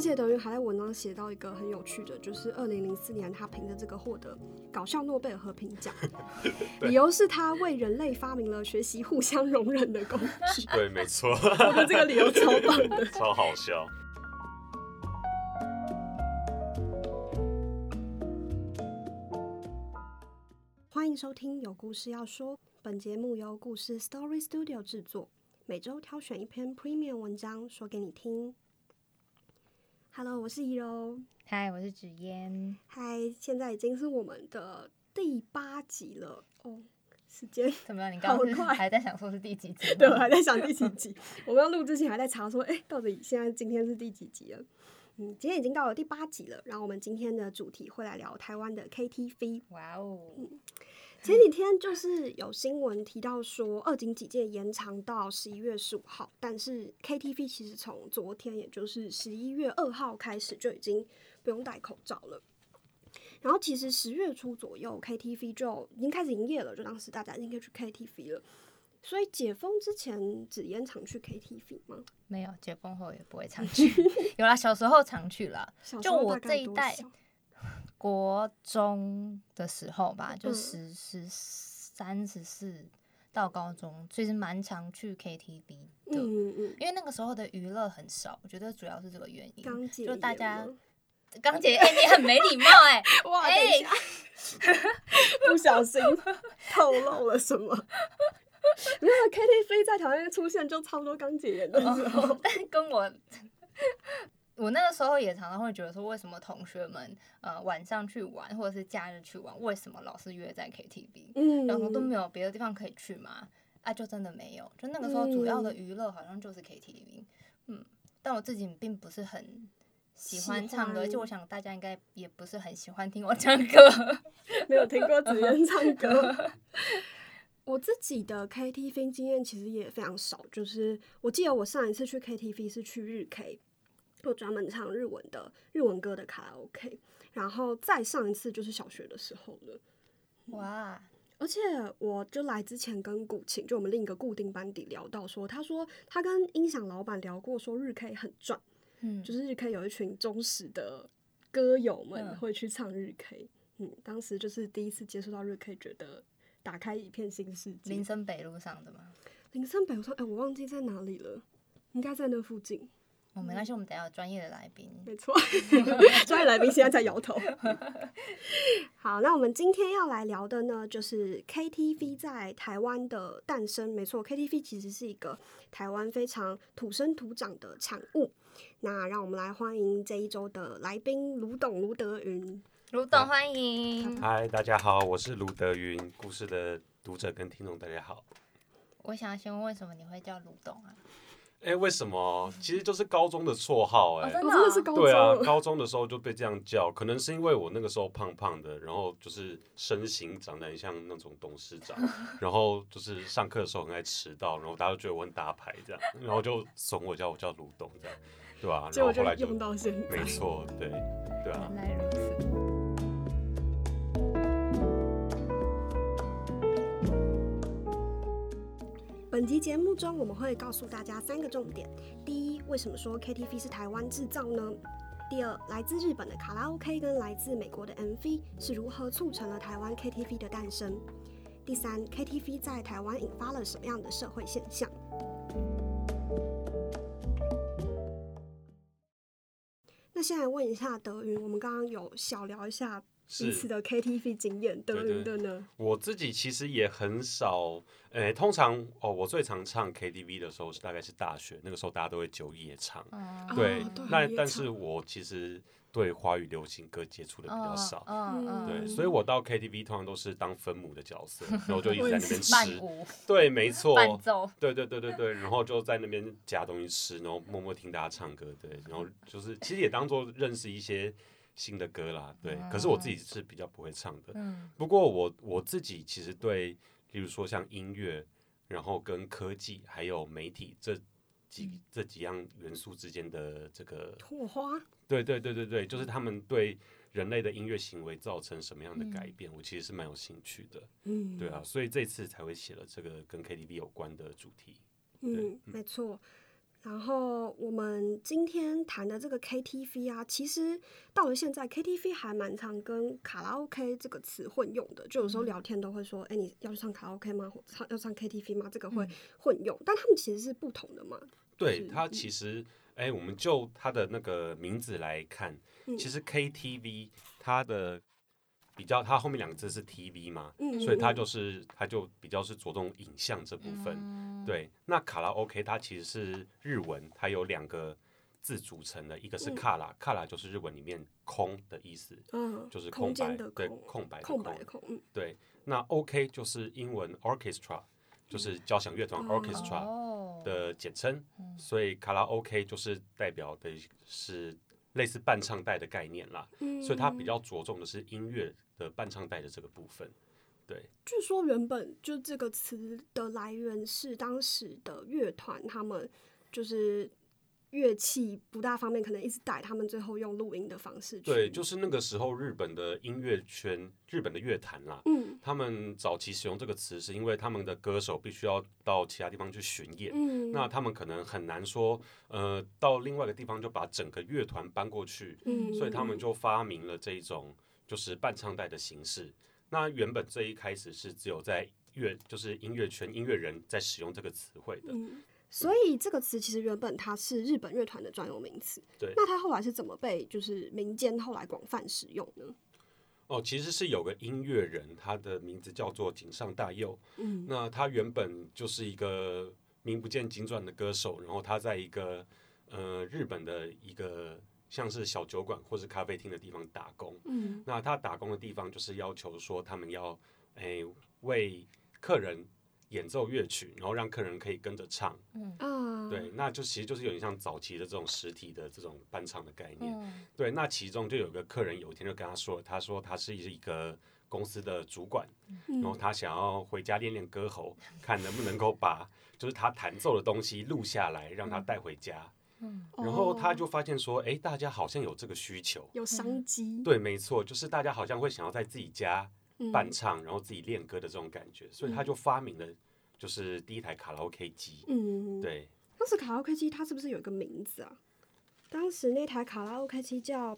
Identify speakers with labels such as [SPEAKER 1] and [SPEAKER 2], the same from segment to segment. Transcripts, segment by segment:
[SPEAKER 1] 谢德云还在文章写到一个很有趣的，就是二零零四年他凭着这个获得搞笑诺贝尔和平奖，理由是他为人类发明了学习互相容忍的工具。
[SPEAKER 2] 对，没错，
[SPEAKER 1] 我觉得这个理由超棒的。
[SPEAKER 2] 超好笑。
[SPEAKER 1] 欢迎收听《有故事要说》，本节目由故事 Story Studio 制作，每周挑选一篇 Premium 文章说给你听。Hello，我是怡柔，
[SPEAKER 3] 嗨，我是纸嫣。
[SPEAKER 1] 嗨，现在已经是我们的第八集了哦，时间
[SPEAKER 3] 怎么样？你刚刚是
[SPEAKER 1] 好快
[SPEAKER 3] 还在想说是第几集吗？
[SPEAKER 1] 对，我还在想第几集。我们要录之前还在查说，哎、到底现在今天是第几集了？嗯，今天已经到了第八集了。然后我们今天的主题会来聊台湾的 KTV。
[SPEAKER 3] 哇哦，
[SPEAKER 1] 前几天就是有新闻提到说，二警警戒延长到十一月十五号，但是 KTV 其实从昨天，也就是十一月二号开始就已经不用戴口罩了。然后其实十月初左右，KTV 就已经开始营业了，就当时大家应该去 KTV 了。所以解封之前，紫嫣常去 KTV 吗？
[SPEAKER 3] 没有解封后也不会常 去。有啦，小时候常去啦，
[SPEAKER 1] 小时
[SPEAKER 3] 就
[SPEAKER 1] 候
[SPEAKER 3] 我
[SPEAKER 1] 大概
[SPEAKER 3] 这一
[SPEAKER 1] 多
[SPEAKER 3] 代
[SPEAKER 1] 小
[SPEAKER 3] 国中的时候吧，就
[SPEAKER 1] 嗯
[SPEAKER 3] 十十三十四到高中，其实蛮常去 KTV 的，
[SPEAKER 1] 嗯嗯嗯，
[SPEAKER 3] 因为那个时候的娱乐很少，我觉得主要是这个原因。
[SPEAKER 1] 刚解
[SPEAKER 3] 就大
[SPEAKER 1] 严
[SPEAKER 3] 家
[SPEAKER 1] 了
[SPEAKER 3] 刚姐，哎、你很没礼貌哎、
[SPEAKER 1] 哇，
[SPEAKER 3] 哎
[SPEAKER 1] 等一下， 不小心透露了什么？ 没有啊 KTV 在台湾出现就差不多刚解严的时候，
[SPEAKER 3] 哦，但跟我，我那个时候也常常会觉得说，为什么同学们呃晚上去玩或者是假日去玩，为什么老是约在 KTV，、
[SPEAKER 1] 嗯，
[SPEAKER 3] 然后都没有别的地方可以去吗？啊，就真的没有。就那个时候主要
[SPEAKER 1] 嗯
[SPEAKER 3] 的娱乐好像就是 KTV，嗯但我自己并不是很。喜
[SPEAKER 1] 喜
[SPEAKER 3] 欢唱歌，而且
[SPEAKER 1] 欢
[SPEAKER 3] 我想大家应该也不是很喜欢听我唱歌。
[SPEAKER 1] 没有听过子嫣唱歌。 我自己的 KTV 经验其实也非常少，就是我记得我上一次去 KTV 是去日 K，我专门唱日文的日文歌的卡拉 OK，然后再上一次就是小学的时候了。
[SPEAKER 3] 哇，
[SPEAKER 1] 而且我就来之前跟古琴，就我们另一个固定班底聊到说，他说他跟音响老板聊过，说日 K 很赚，
[SPEAKER 3] 嗯，
[SPEAKER 1] 就是日 K 有一群忠实的歌友们
[SPEAKER 3] 嗯
[SPEAKER 1] 会去唱日 K。嗯，当时就是第一次接触到日 K，觉得打开一片新世界
[SPEAKER 3] 林。森北路上的吗？
[SPEAKER 1] 林森北，我说哎、我忘记在哪里了，应该在那附近，
[SPEAKER 3] 哦，没关系，我们等一下有专业的来宾。
[SPEAKER 1] 没错。 专业来宾现在在摇头。好，那我们今天要来聊的呢，就是 KTV 在台湾的诞生。没错，KTV 其实是一个台湾非常土生土长的产物。那让我们来欢迎这一周的来宾卢董卢德云。
[SPEAKER 3] 卢董，欢迎。
[SPEAKER 2] 嗨，大家好，我是卢德云，故事的读者跟听众，大家好。
[SPEAKER 3] 我想先问，为什么你会叫卢董啊？
[SPEAKER 2] 哎、为什么？其实就是高中的绰号、哎、
[SPEAKER 3] 真
[SPEAKER 1] 我、
[SPEAKER 3] 的
[SPEAKER 1] 哦真的
[SPEAKER 3] 啊
[SPEAKER 1] 是高中
[SPEAKER 2] 对啊
[SPEAKER 1] 了，，
[SPEAKER 2] 高中的时候就被这样叫，可能是因为我那个时候胖胖的，然后就是身形长得很像那种董事 长，然后就是上课的时候很爱迟到，然后大家都觉得我很大牌这样，然后就怂我叫我叫卢董这样，对吧、
[SPEAKER 1] 结果
[SPEAKER 2] 然后
[SPEAKER 1] 就
[SPEAKER 2] 后来就
[SPEAKER 1] 用到现嗯在
[SPEAKER 2] 没。错，对对啊
[SPEAKER 3] 原，来如此。
[SPEAKER 1] 本集节目中，我们会告诉大家三个重点：第一，为什么说 KTV 是台湾制造呢？第二，来自日本的卡拉 OK 跟来自美国的 MV 是如何促成了台湾 KTV 的诞生？第三，KTV 在台湾引发了什么样的社会现象？那现在问一下德云，我们刚刚有小聊一下彼此
[SPEAKER 2] 是。
[SPEAKER 1] 的 KTV 经验，德
[SPEAKER 2] 对
[SPEAKER 1] 云的呢？
[SPEAKER 2] 我自己其实也很少，诶、通常哦，我最常唱 KTV 的时候是大概是大学，那个时候大家都会久夜唱，
[SPEAKER 3] 嗯
[SPEAKER 2] 对，
[SPEAKER 1] 哦对
[SPEAKER 2] 那
[SPEAKER 1] 夜唱
[SPEAKER 2] 但是我其实对华语流行歌接触的比较少，
[SPEAKER 3] 嗯嗯，
[SPEAKER 2] 对，
[SPEAKER 1] 嗯
[SPEAKER 2] 所以我到 KTV 通常都是当分母的角色，然后就一直在那边
[SPEAKER 3] 伴
[SPEAKER 2] 吃，
[SPEAKER 3] 舞、
[SPEAKER 2] 对，没错，
[SPEAKER 3] 伴奏，
[SPEAKER 2] 对对对对对，然后就在那边夹东西吃，然后默默听大家唱歌，对，然后就是其实也当做认识一些新的歌啦，对，可是我自己是比较不会唱的，
[SPEAKER 3] 嗯
[SPEAKER 2] 不过我我自己其实对，例如说像音乐，然后跟科技还有媒体这几、
[SPEAKER 1] 嗯
[SPEAKER 2] 这几样元素之间的这个，
[SPEAKER 1] 火花，
[SPEAKER 2] 对对对对对，就是他们对人类的音乐行为造成什么样的改变，我其实是蛮有兴趣的。
[SPEAKER 1] 嗯
[SPEAKER 2] 对啊，所以这次才会写了这个跟 KTV 有关的主题。
[SPEAKER 1] 嗯，没错。然后我们今天谈的这个 KTV 啊，其实到了现在，KTV 还蛮常跟卡拉 OK 这个词混用的。就有时候
[SPEAKER 3] 嗯
[SPEAKER 1] 聊天都会说：“哎、你要去唱卡拉 OK 吗？或唱要唱 KTV 吗？”这个会
[SPEAKER 3] 嗯
[SPEAKER 1] 混用，但他们其实是不同的嘛。
[SPEAKER 2] 对
[SPEAKER 1] 是嗯
[SPEAKER 2] 它其实，哎、我们就它的那个名字来看，
[SPEAKER 1] 嗯
[SPEAKER 2] 其实 KTV 它的比较，它后面两个字是 TV 嘛，
[SPEAKER 1] 嗯，
[SPEAKER 2] 所以它
[SPEAKER 1] 嗯
[SPEAKER 2] 就是它就比较是着重影像这部分。
[SPEAKER 3] 嗯，
[SPEAKER 2] 对，那卡拉 OK 它其实是日文，它有两个字组成的，一个是
[SPEAKER 1] 嗯
[SPEAKER 2] 卡拉，卡拉就是日文里面空的意思，
[SPEAKER 1] 嗯，
[SPEAKER 2] 就是
[SPEAKER 1] 空
[SPEAKER 2] 空白
[SPEAKER 1] 间的
[SPEAKER 2] 对
[SPEAKER 1] 空，
[SPEAKER 2] 空白的
[SPEAKER 1] 空白的
[SPEAKER 2] 空
[SPEAKER 1] 空，嗯
[SPEAKER 2] 对，那 OK 就是英文 orchestra，就是交响乐团
[SPEAKER 1] 哦
[SPEAKER 2] orchestra
[SPEAKER 3] 哦，
[SPEAKER 2] 的简称，
[SPEAKER 3] 嗯
[SPEAKER 2] 所以卡拉 OK 就是代表的是类似伴唱带的概念啦，
[SPEAKER 1] 嗯，
[SPEAKER 2] 所以它比较着重的是音乐的伴唱带的这个部分。对，
[SPEAKER 1] 据说原本就这个词的来源是当时的乐团，他们就是乐器不大方便，可能一直带，他们最后用录音的方式去。
[SPEAKER 2] 对，就是那个时候日本的音乐圈，日本的乐坛啦，
[SPEAKER 1] 嗯
[SPEAKER 2] 他们早期使用这个词，是因为他们的歌手必须要到其他地方去巡演，
[SPEAKER 1] 嗯，
[SPEAKER 2] 那他们可能很难说，呃，到另外一个地方就把整个乐团搬过去，
[SPEAKER 1] 嗯，
[SPEAKER 2] 所以他们就发明了这一种就是伴唱带的形式。那原本最一开始是只有在乐，就是音乐圈音乐人在使用这个词汇的。
[SPEAKER 1] 嗯。所以这个词其实原本它是日本乐团的专有名词，
[SPEAKER 2] 对
[SPEAKER 1] 那它后来是怎么被就是民间后来广泛使用呢？
[SPEAKER 2] 哦，其实是有个音乐人，他的名字叫做井上大佑，
[SPEAKER 1] 嗯
[SPEAKER 2] 那他原本就是一个名不见经传的歌手，然后他在一个呃日本的一个像是小酒馆或是咖啡厅的地方打工。
[SPEAKER 1] 嗯
[SPEAKER 2] 那他打工的地方就是要求说他们要诶、为客人演奏乐曲，然后让客人可以跟着唱。
[SPEAKER 3] 嗯
[SPEAKER 1] 啊，
[SPEAKER 2] 对，，那就其实就是有点像早期的这种实体的这种伴唱的概念。
[SPEAKER 3] 嗯
[SPEAKER 2] 对，那其中就有个客人有一天就跟他说，他说他是一个公司的主管。
[SPEAKER 1] 嗯
[SPEAKER 2] 然后他想要回家练练歌喉，看能不能够把就是他弹奏的东西录下来，让他带回家。
[SPEAKER 3] 嗯
[SPEAKER 2] 然后他
[SPEAKER 1] 哦
[SPEAKER 2] 就发现说，哎，大家好像有这个需求。
[SPEAKER 1] 有商机，
[SPEAKER 2] 对，没错，就是大家好像会想要在自己家
[SPEAKER 1] 嗯，
[SPEAKER 2] 伴唱，然后自己练歌的这种感觉，所以他
[SPEAKER 1] 嗯
[SPEAKER 2] 就发明了就是第一台卡拉 OK 机。
[SPEAKER 1] 嗯，
[SPEAKER 2] 对，
[SPEAKER 1] 当时卡拉 OK 机它是不是有一个名字啊？当时那台卡拉 OK 机叫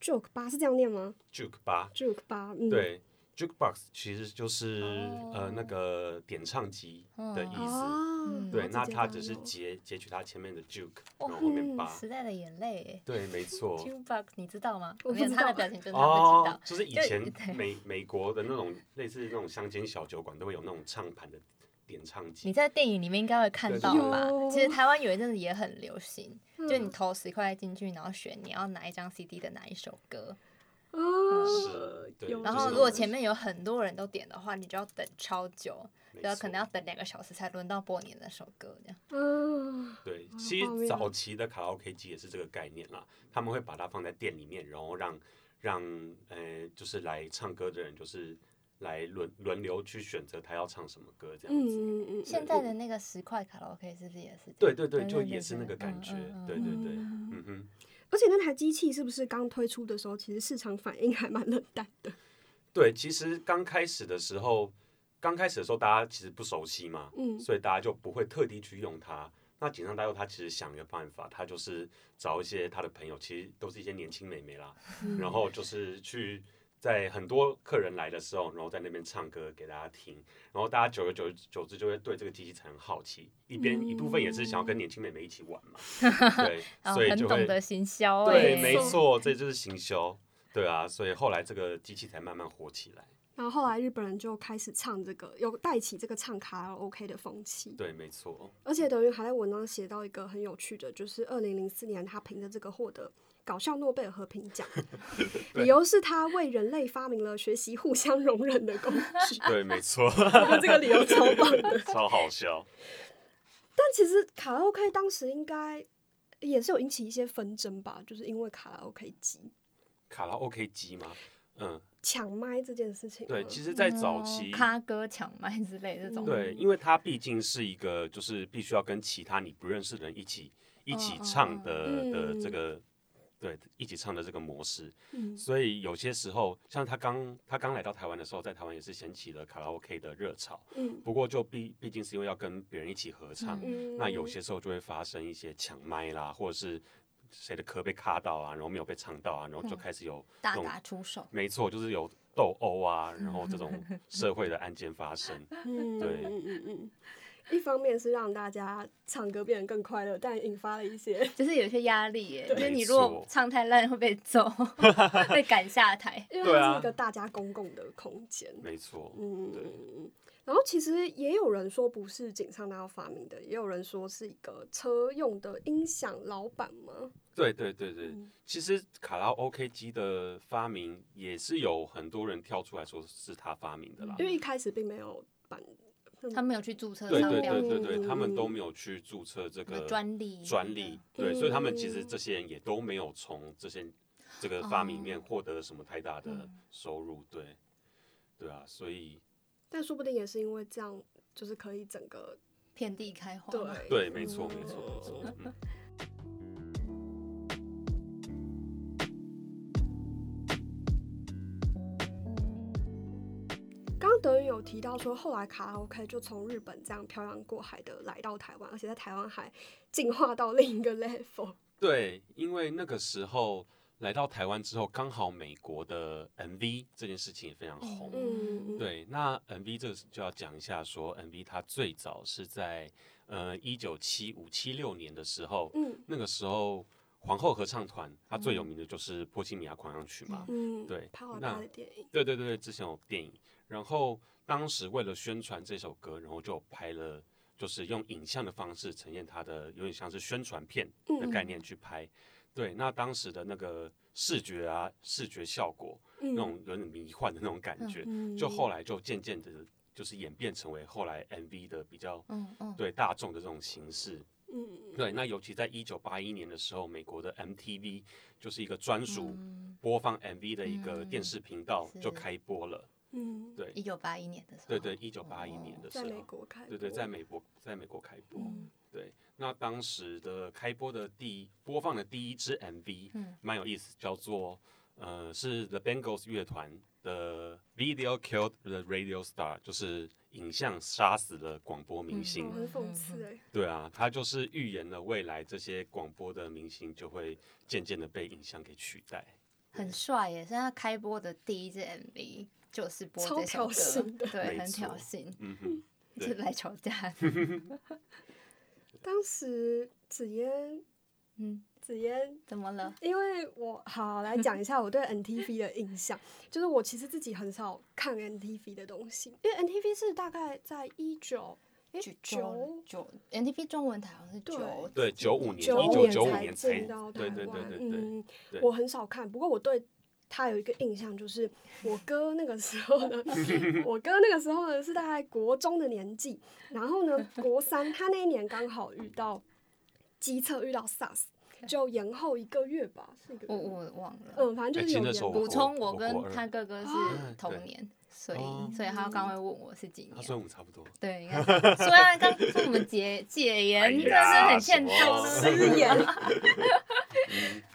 [SPEAKER 1] Joke 八，是这样念吗
[SPEAKER 2] Juke 吧，
[SPEAKER 1] ？Joke 八，嗯，，
[SPEAKER 2] 对，Jukebox 其实就是
[SPEAKER 3] 哦
[SPEAKER 2] 呃那个点唱机的意思。
[SPEAKER 1] 哦
[SPEAKER 3] 嗯，
[SPEAKER 2] 对，
[SPEAKER 1] 然后
[SPEAKER 2] 那
[SPEAKER 1] 直接
[SPEAKER 2] 它只是
[SPEAKER 1] 当做
[SPEAKER 2] 截截取它前面的 Juke，
[SPEAKER 3] 哇
[SPEAKER 2] 然后后面
[SPEAKER 1] 嗯
[SPEAKER 2] 八。
[SPEAKER 3] 时代的眼泪耶。
[SPEAKER 2] 啊对，没错。
[SPEAKER 3] Jukebox，你知道吗？
[SPEAKER 1] 我不
[SPEAKER 3] 没有
[SPEAKER 1] 知
[SPEAKER 3] 他的
[SPEAKER 1] 道
[SPEAKER 3] 表情就是他不知
[SPEAKER 2] 哦
[SPEAKER 3] 道，。
[SPEAKER 2] 就是以
[SPEAKER 3] 就
[SPEAKER 2] 前
[SPEAKER 3] 对
[SPEAKER 2] 美美国的那种类似那种乡间小酒馆都会有那种唱盘的点唱
[SPEAKER 3] 你
[SPEAKER 2] 机，
[SPEAKER 3] 在电影里面应该会看
[SPEAKER 2] 对
[SPEAKER 3] 到
[SPEAKER 2] 有
[SPEAKER 3] 吧？其实台湾有一阵子也很流行，就你
[SPEAKER 1] 嗯
[SPEAKER 3] 投十块进去，然后选你要哪一张 CD 的哪一首歌，
[SPEAKER 1] 哦
[SPEAKER 2] 是对
[SPEAKER 1] 有
[SPEAKER 2] 就
[SPEAKER 3] 然
[SPEAKER 2] 是
[SPEAKER 3] 后
[SPEAKER 2] 那
[SPEAKER 3] 如果
[SPEAKER 2] 种
[SPEAKER 3] 前面有很多人都点的话，你就要等超久，
[SPEAKER 2] 没
[SPEAKER 3] 然后啊可能要
[SPEAKER 2] 错。
[SPEAKER 3] 等两个小时才轮到播你的那首歌这样。
[SPEAKER 1] 嗯，
[SPEAKER 2] 对，
[SPEAKER 1] 哦
[SPEAKER 2] 其
[SPEAKER 1] 画面
[SPEAKER 2] 实早期的卡拉 OK 机也是这个概念啦，他们会把它放在店里面，然后让让呃就是来唱歌的人就是来轮轮流去选择他要唱什么歌这样子。
[SPEAKER 1] 嗯嗯，
[SPEAKER 3] 现在的那个十块卡拉 OK 是不是也是？
[SPEAKER 2] 对对对，
[SPEAKER 3] 对
[SPEAKER 2] 就
[SPEAKER 3] 对
[SPEAKER 2] 也
[SPEAKER 3] 对
[SPEAKER 2] 是那
[SPEAKER 3] 对
[SPEAKER 2] 个感
[SPEAKER 3] 嗯
[SPEAKER 2] 觉
[SPEAKER 3] 嗯，
[SPEAKER 2] 对
[SPEAKER 3] 嗯
[SPEAKER 2] 对对，
[SPEAKER 1] 嗯
[SPEAKER 2] 嗯哼。
[SPEAKER 1] 而且那台机器是不是刚推出的时候，其实市场反应还蛮冷淡的？
[SPEAKER 2] 对，其实刚开始的时候，刚开始的时候大家其实不熟悉嘛，
[SPEAKER 1] 嗯
[SPEAKER 2] 所以大家就不会特地去用它。那井上大佑他其实想一个办法，他就是找一些他的朋友，其实都是一些年轻美眉 啦，然后就是去在很多客人来的时候，然后在那边唱歌给大家听，然后大家久而久久之就会对这个机器产生好奇，一边、一部分也是想要跟年轻美眉一起玩 嘛，对，
[SPEAKER 3] 然后
[SPEAKER 2] 所以
[SPEAKER 3] 嗯哦很
[SPEAKER 2] 就
[SPEAKER 3] 懂
[SPEAKER 2] 会
[SPEAKER 3] 得行销
[SPEAKER 2] 对，
[SPEAKER 3] 哎
[SPEAKER 2] 没 错，这就是行销，对啊，所以后来这个机器才慢慢火起来。
[SPEAKER 1] 然后后来日本人就开始唱这个，有带起这个唱卡拉 OK 的风气。
[SPEAKER 2] 对，没错，
[SPEAKER 1] 而且德云还在文章写到一个很有趣的，就是二零零四年他凭着这个获得搞笑诺贝尔和平 奖， 理由是他为人类发明了学习互相容忍的工具。
[SPEAKER 2] 对，没 错，
[SPEAKER 1] 我觉 得这个理由超棒的。
[SPEAKER 2] 超好笑。
[SPEAKER 1] 但其实卡拉 OK 当时应该也是有引起一些纷争吧，就是因为卡拉 OK 机
[SPEAKER 2] 卡拉 OK 机吗？嗯，
[SPEAKER 1] 抢麦这件事情吗。
[SPEAKER 2] 对，其实，在早
[SPEAKER 3] 哦
[SPEAKER 2] 期，
[SPEAKER 3] 咖歌抢麦之类这种。
[SPEAKER 2] 对，因为它毕竟是一个，就是必须要跟其他你不认识的人一起一起唱的
[SPEAKER 1] 嗯
[SPEAKER 2] 的这个对一起唱的这个模式。
[SPEAKER 1] 嗯
[SPEAKER 2] 所以有些时候，像他刚他刚来到台湾的时候，在台湾也是掀起了卡拉 OK 的热潮。
[SPEAKER 1] 嗯
[SPEAKER 2] 不过就毕毕竟是因为要跟别人一起合唱，
[SPEAKER 1] 嗯，
[SPEAKER 2] 那有些时候就会发生一些抢麦啦，或者是谁的歌被卡到啊，然后没有被唱到啊，然后就
[SPEAKER 3] 嗯
[SPEAKER 2] 开始有那
[SPEAKER 4] 大
[SPEAKER 2] 种
[SPEAKER 4] 打出手。
[SPEAKER 2] 没错，就是有斗殴啊，然后这种社会的案件发生。
[SPEAKER 1] 嗯
[SPEAKER 2] 对
[SPEAKER 1] 嗯嗯嗯，一方面是让大家唱歌变得更快乐，但引发了一些
[SPEAKER 3] 就是有些压力耶，
[SPEAKER 1] 对
[SPEAKER 3] 就是你
[SPEAKER 2] 没
[SPEAKER 3] 如果
[SPEAKER 2] 错
[SPEAKER 3] 唱太烂会被 揍，被赶下台。
[SPEAKER 1] 因为
[SPEAKER 2] 对
[SPEAKER 1] 它
[SPEAKER 2] 啊
[SPEAKER 1] 是一个大家公共的空间。
[SPEAKER 2] 没错，
[SPEAKER 1] 嗯
[SPEAKER 2] 对
[SPEAKER 1] 嗯，然后其实也有人说不是井上大要发明的，也有人说是一个车用的音响老板嘛。
[SPEAKER 2] 对对对对，
[SPEAKER 1] 嗯
[SPEAKER 2] 其实卡拉 OK 机的发明也是有很多人跳出来说是他发明的啦。
[SPEAKER 1] 因为一开始并没有版，
[SPEAKER 3] 他没有去注册
[SPEAKER 2] 对
[SPEAKER 3] 商
[SPEAKER 2] 对
[SPEAKER 3] 标
[SPEAKER 2] 对，对对，
[SPEAKER 1] 嗯
[SPEAKER 2] 他们都没有去注册这
[SPEAKER 3] 什么
[SPEAKER 2] 个
[SPEAKER 3] 专利
[SPEAKER 2] 专利，对，所以他们其实
[SPEAKER 1] 嗯
[SPEAKER 2] 这些人也都没有从这些这个发明里
[SPEAKER 1] 哦
[SPEAKER 2] 面获得什么太大的
[SPEAKER 3] 嗯
[SPEAKER 2] 收入，对，对啊，所以
[SPEAKER 1] 但说不定也是因为这样，就是可以整个
[SPEAKER 3] 遍地开花。
[SPEAKER 1] 哦对
[SPEAKER 2] 对，没错，没错，没错
[SPEAKER 1] 嗯，
[SPEAKER 2] 嗯。
[SPEAKER 1] 刚刚德云有提到说，后来卡拉 OK 就从日本这样漂洋过海的来到台湾，而且在台湾还进化到另一个 level。
[SPEAKER 2] 对，因为那个时候来到台湾之后，刚好美国的 MV 这件事情也非常红。
[SPEAKER 1] 嗯，，
[SPEAKER 2] 对，那 MV 这个就要讲一下说，MV 它最早是在呃一九七五七六年的时候，
[SPEAKER 1] 嗯
[SPEAKER 2] 那个时候皇后合唱团它最有
[SPEAKER 3] 嗯
[SPEAKER 2] 名的就是《波西米亚狂想曲》嘛。
[SPEAKER 1] 嗯，
[SPEAKER 2] 对
[SPEAKER 1] 拍完
[SPEAKER 2] 那
[SPEAKER 1] 他的电影，
[SPEAKER 2] 对对对对，之前有电影，然后当时为了宣传这首歌，然后就拍了，就是用影像的方式呈现它的，有点像是宣传片的
[SPEAKER 1] 嗯
[SPEAKER 2] 概念去拍。对，那当时的那个视觉啊，视觉效果
[SPEAKER 1] 嗯
[SPEAKER 2] 那种有点迷幻的那种感觉，
[SPEAKER 1] 嗯
[SPEAKER 2] 就后来就渐渐的，就是演变成为后来 MV 的比较
[SPEAKER 3] 嗯嗯，
[SPEAKER 2] 对大众的这种形式。
[SPEAKER 1] 嗯
[SPEAKER 2] 对，那尤其在一九八一年的时候，美国的 MTV 就是一个专属
[SPEAKER 3] 嗯，
[SPEAKER 2] 播放 MV 的一个电
[SPEAKER 3] 嗯
[SPEAKER 2] 视频道
[SPEAKER 3] 是
[SPEAKER 2] 就开播了。
[SPEAKER 1] 嗯，
[SPEAKER 2] 对
[SPEAKER 3] 一，九八一年的时候，
[SPEAKER 2] 对对，一九八一年的时
[SPEAKER 1] 哦在
[SPEAKER 2] 候，
[SPEAKER 1] 美国开播，
[SPEAKER 2] 啊对对，在美国，在美国开播。
[SPEAKER 3] 嗯
[SPEAKER 2] 对，那当时的开播的第播放的第一支 MV，
[SPEAKER 3] 嗯
[SPEAKER 2] 蛮有意思，叫做呃是 The Bangles 乐团的 Video Killed the Radio Star，就是影像杀死了广播明
[SPEAKER 3] 嗯
[SPEAKER 2] 星。
[SPEAKER 1] 哦很讽刺哎、
[SPEAKER 2] 对啊，它就是预言了未来这些广播的明星就会渐渐的被影像给取代。
[SPEAKER 3] 很帅耶！是他开播的第一支 MV 就是播
[SPEAKER 1] 超
[SPEAKER 3] 这首
[SPEAKER 1] 挑
[SPEAKER 3] 歌，
[SPEAKER 1] 衅的
[SPEAKER 3] 对，
[SPEAKER 2] 没
[SPEAKER 3] 很挑
[SPEAKER 2] 错
[SPEAKER 3] 衅，
[SPEAKER 2] 嗯哼，对
[SPEAKER 3] 是来吵 架。
[SPEAKER 1] 当时紫嫣，
[SPEAKER 3] 嗯，
[SPEAKER 1] 紫嫣，
[SPEAKER 3] 怎么了？
[SPEAKER 1] 因为我好来讲一下我对 NTV 的印象，就是我其实自己很少看 NTV 的东西，因为 NTV 是大概在一九
[SPEAKER 3] 九九 NTP 中文台好像是
[SPEAKER 1] 对
[SPEAKER 3] 九
[SPEAKER 2] 对，九五年，一
[SPEAKER 1] 九
[SPEAKER 2] 九九五
[SPEAKER 1] 才
[SPEAKER 2] 年才
[SPEAKER 1] 进，到台
[SPEAKER 2] 对
[SPEAKER 1] 湾，
[SPEAKER 2] 对对对对。
[SPEAKER 1] 嗯，
[SPEAKER 2] 对
[SPEAKER 1] 我很少看，不过我对。他有一个印象，就是我哥那个时候呢， 我哥那个时候呢是大概国中的年纪，然后呢国三，他那一年刚好遇到机测遇到 SARS，就延后一个月吧，是一个
[SPEAKER 3] 我
[SPEAKER 1] 月吗
[SPEAKER 3] 我忘了。
[SPEAKER 1] 嗯，反正
[SPEAKER 2] 哎
[SPEAKER 1] 就是
[SPEAKER 2] 其实
[SPEAKER 1] 有
[SPEAKER 2] 那
[SPEAKER 1] 延
[SPEAKER 2] 时候
[SPEAKER 1] 后
[SPEAKER 3] 补充，我
[SPEAKER 2] 我
[SPEAKER 3] 跟
[SPEAKER 2] 国二
[SPEAKER 3] 他哥哥是
[SPEAKER 1] 啊
[SPEAKER 2] 对
[SPEAKER 3] 同年，所
[SPEAKER 2] 哦
[SPEAKER 3] 以所以他刚会问我是几
[SPEAKER 1] 嗯
[SPEAKER 2] 他
[SPEAKER 3] 年。
[SPEAKER 2] 说我们差不多。
[SPEAKER 3] 对，应该是虽然刚说我们解解
[SPEAKER 2] 哎
[SPEAKER 3] 严，真的是
[SPEAKER 2] 呀
[SPEAKER 3] 很
[SPEAKER 2] 什
[SPEAKER 3] 欠
[SPEAKER 2] 么
[SPEAKER 3] 揍呢。
[SPEAKER 1] 睁眼。
[SPEAKER 2] 嗯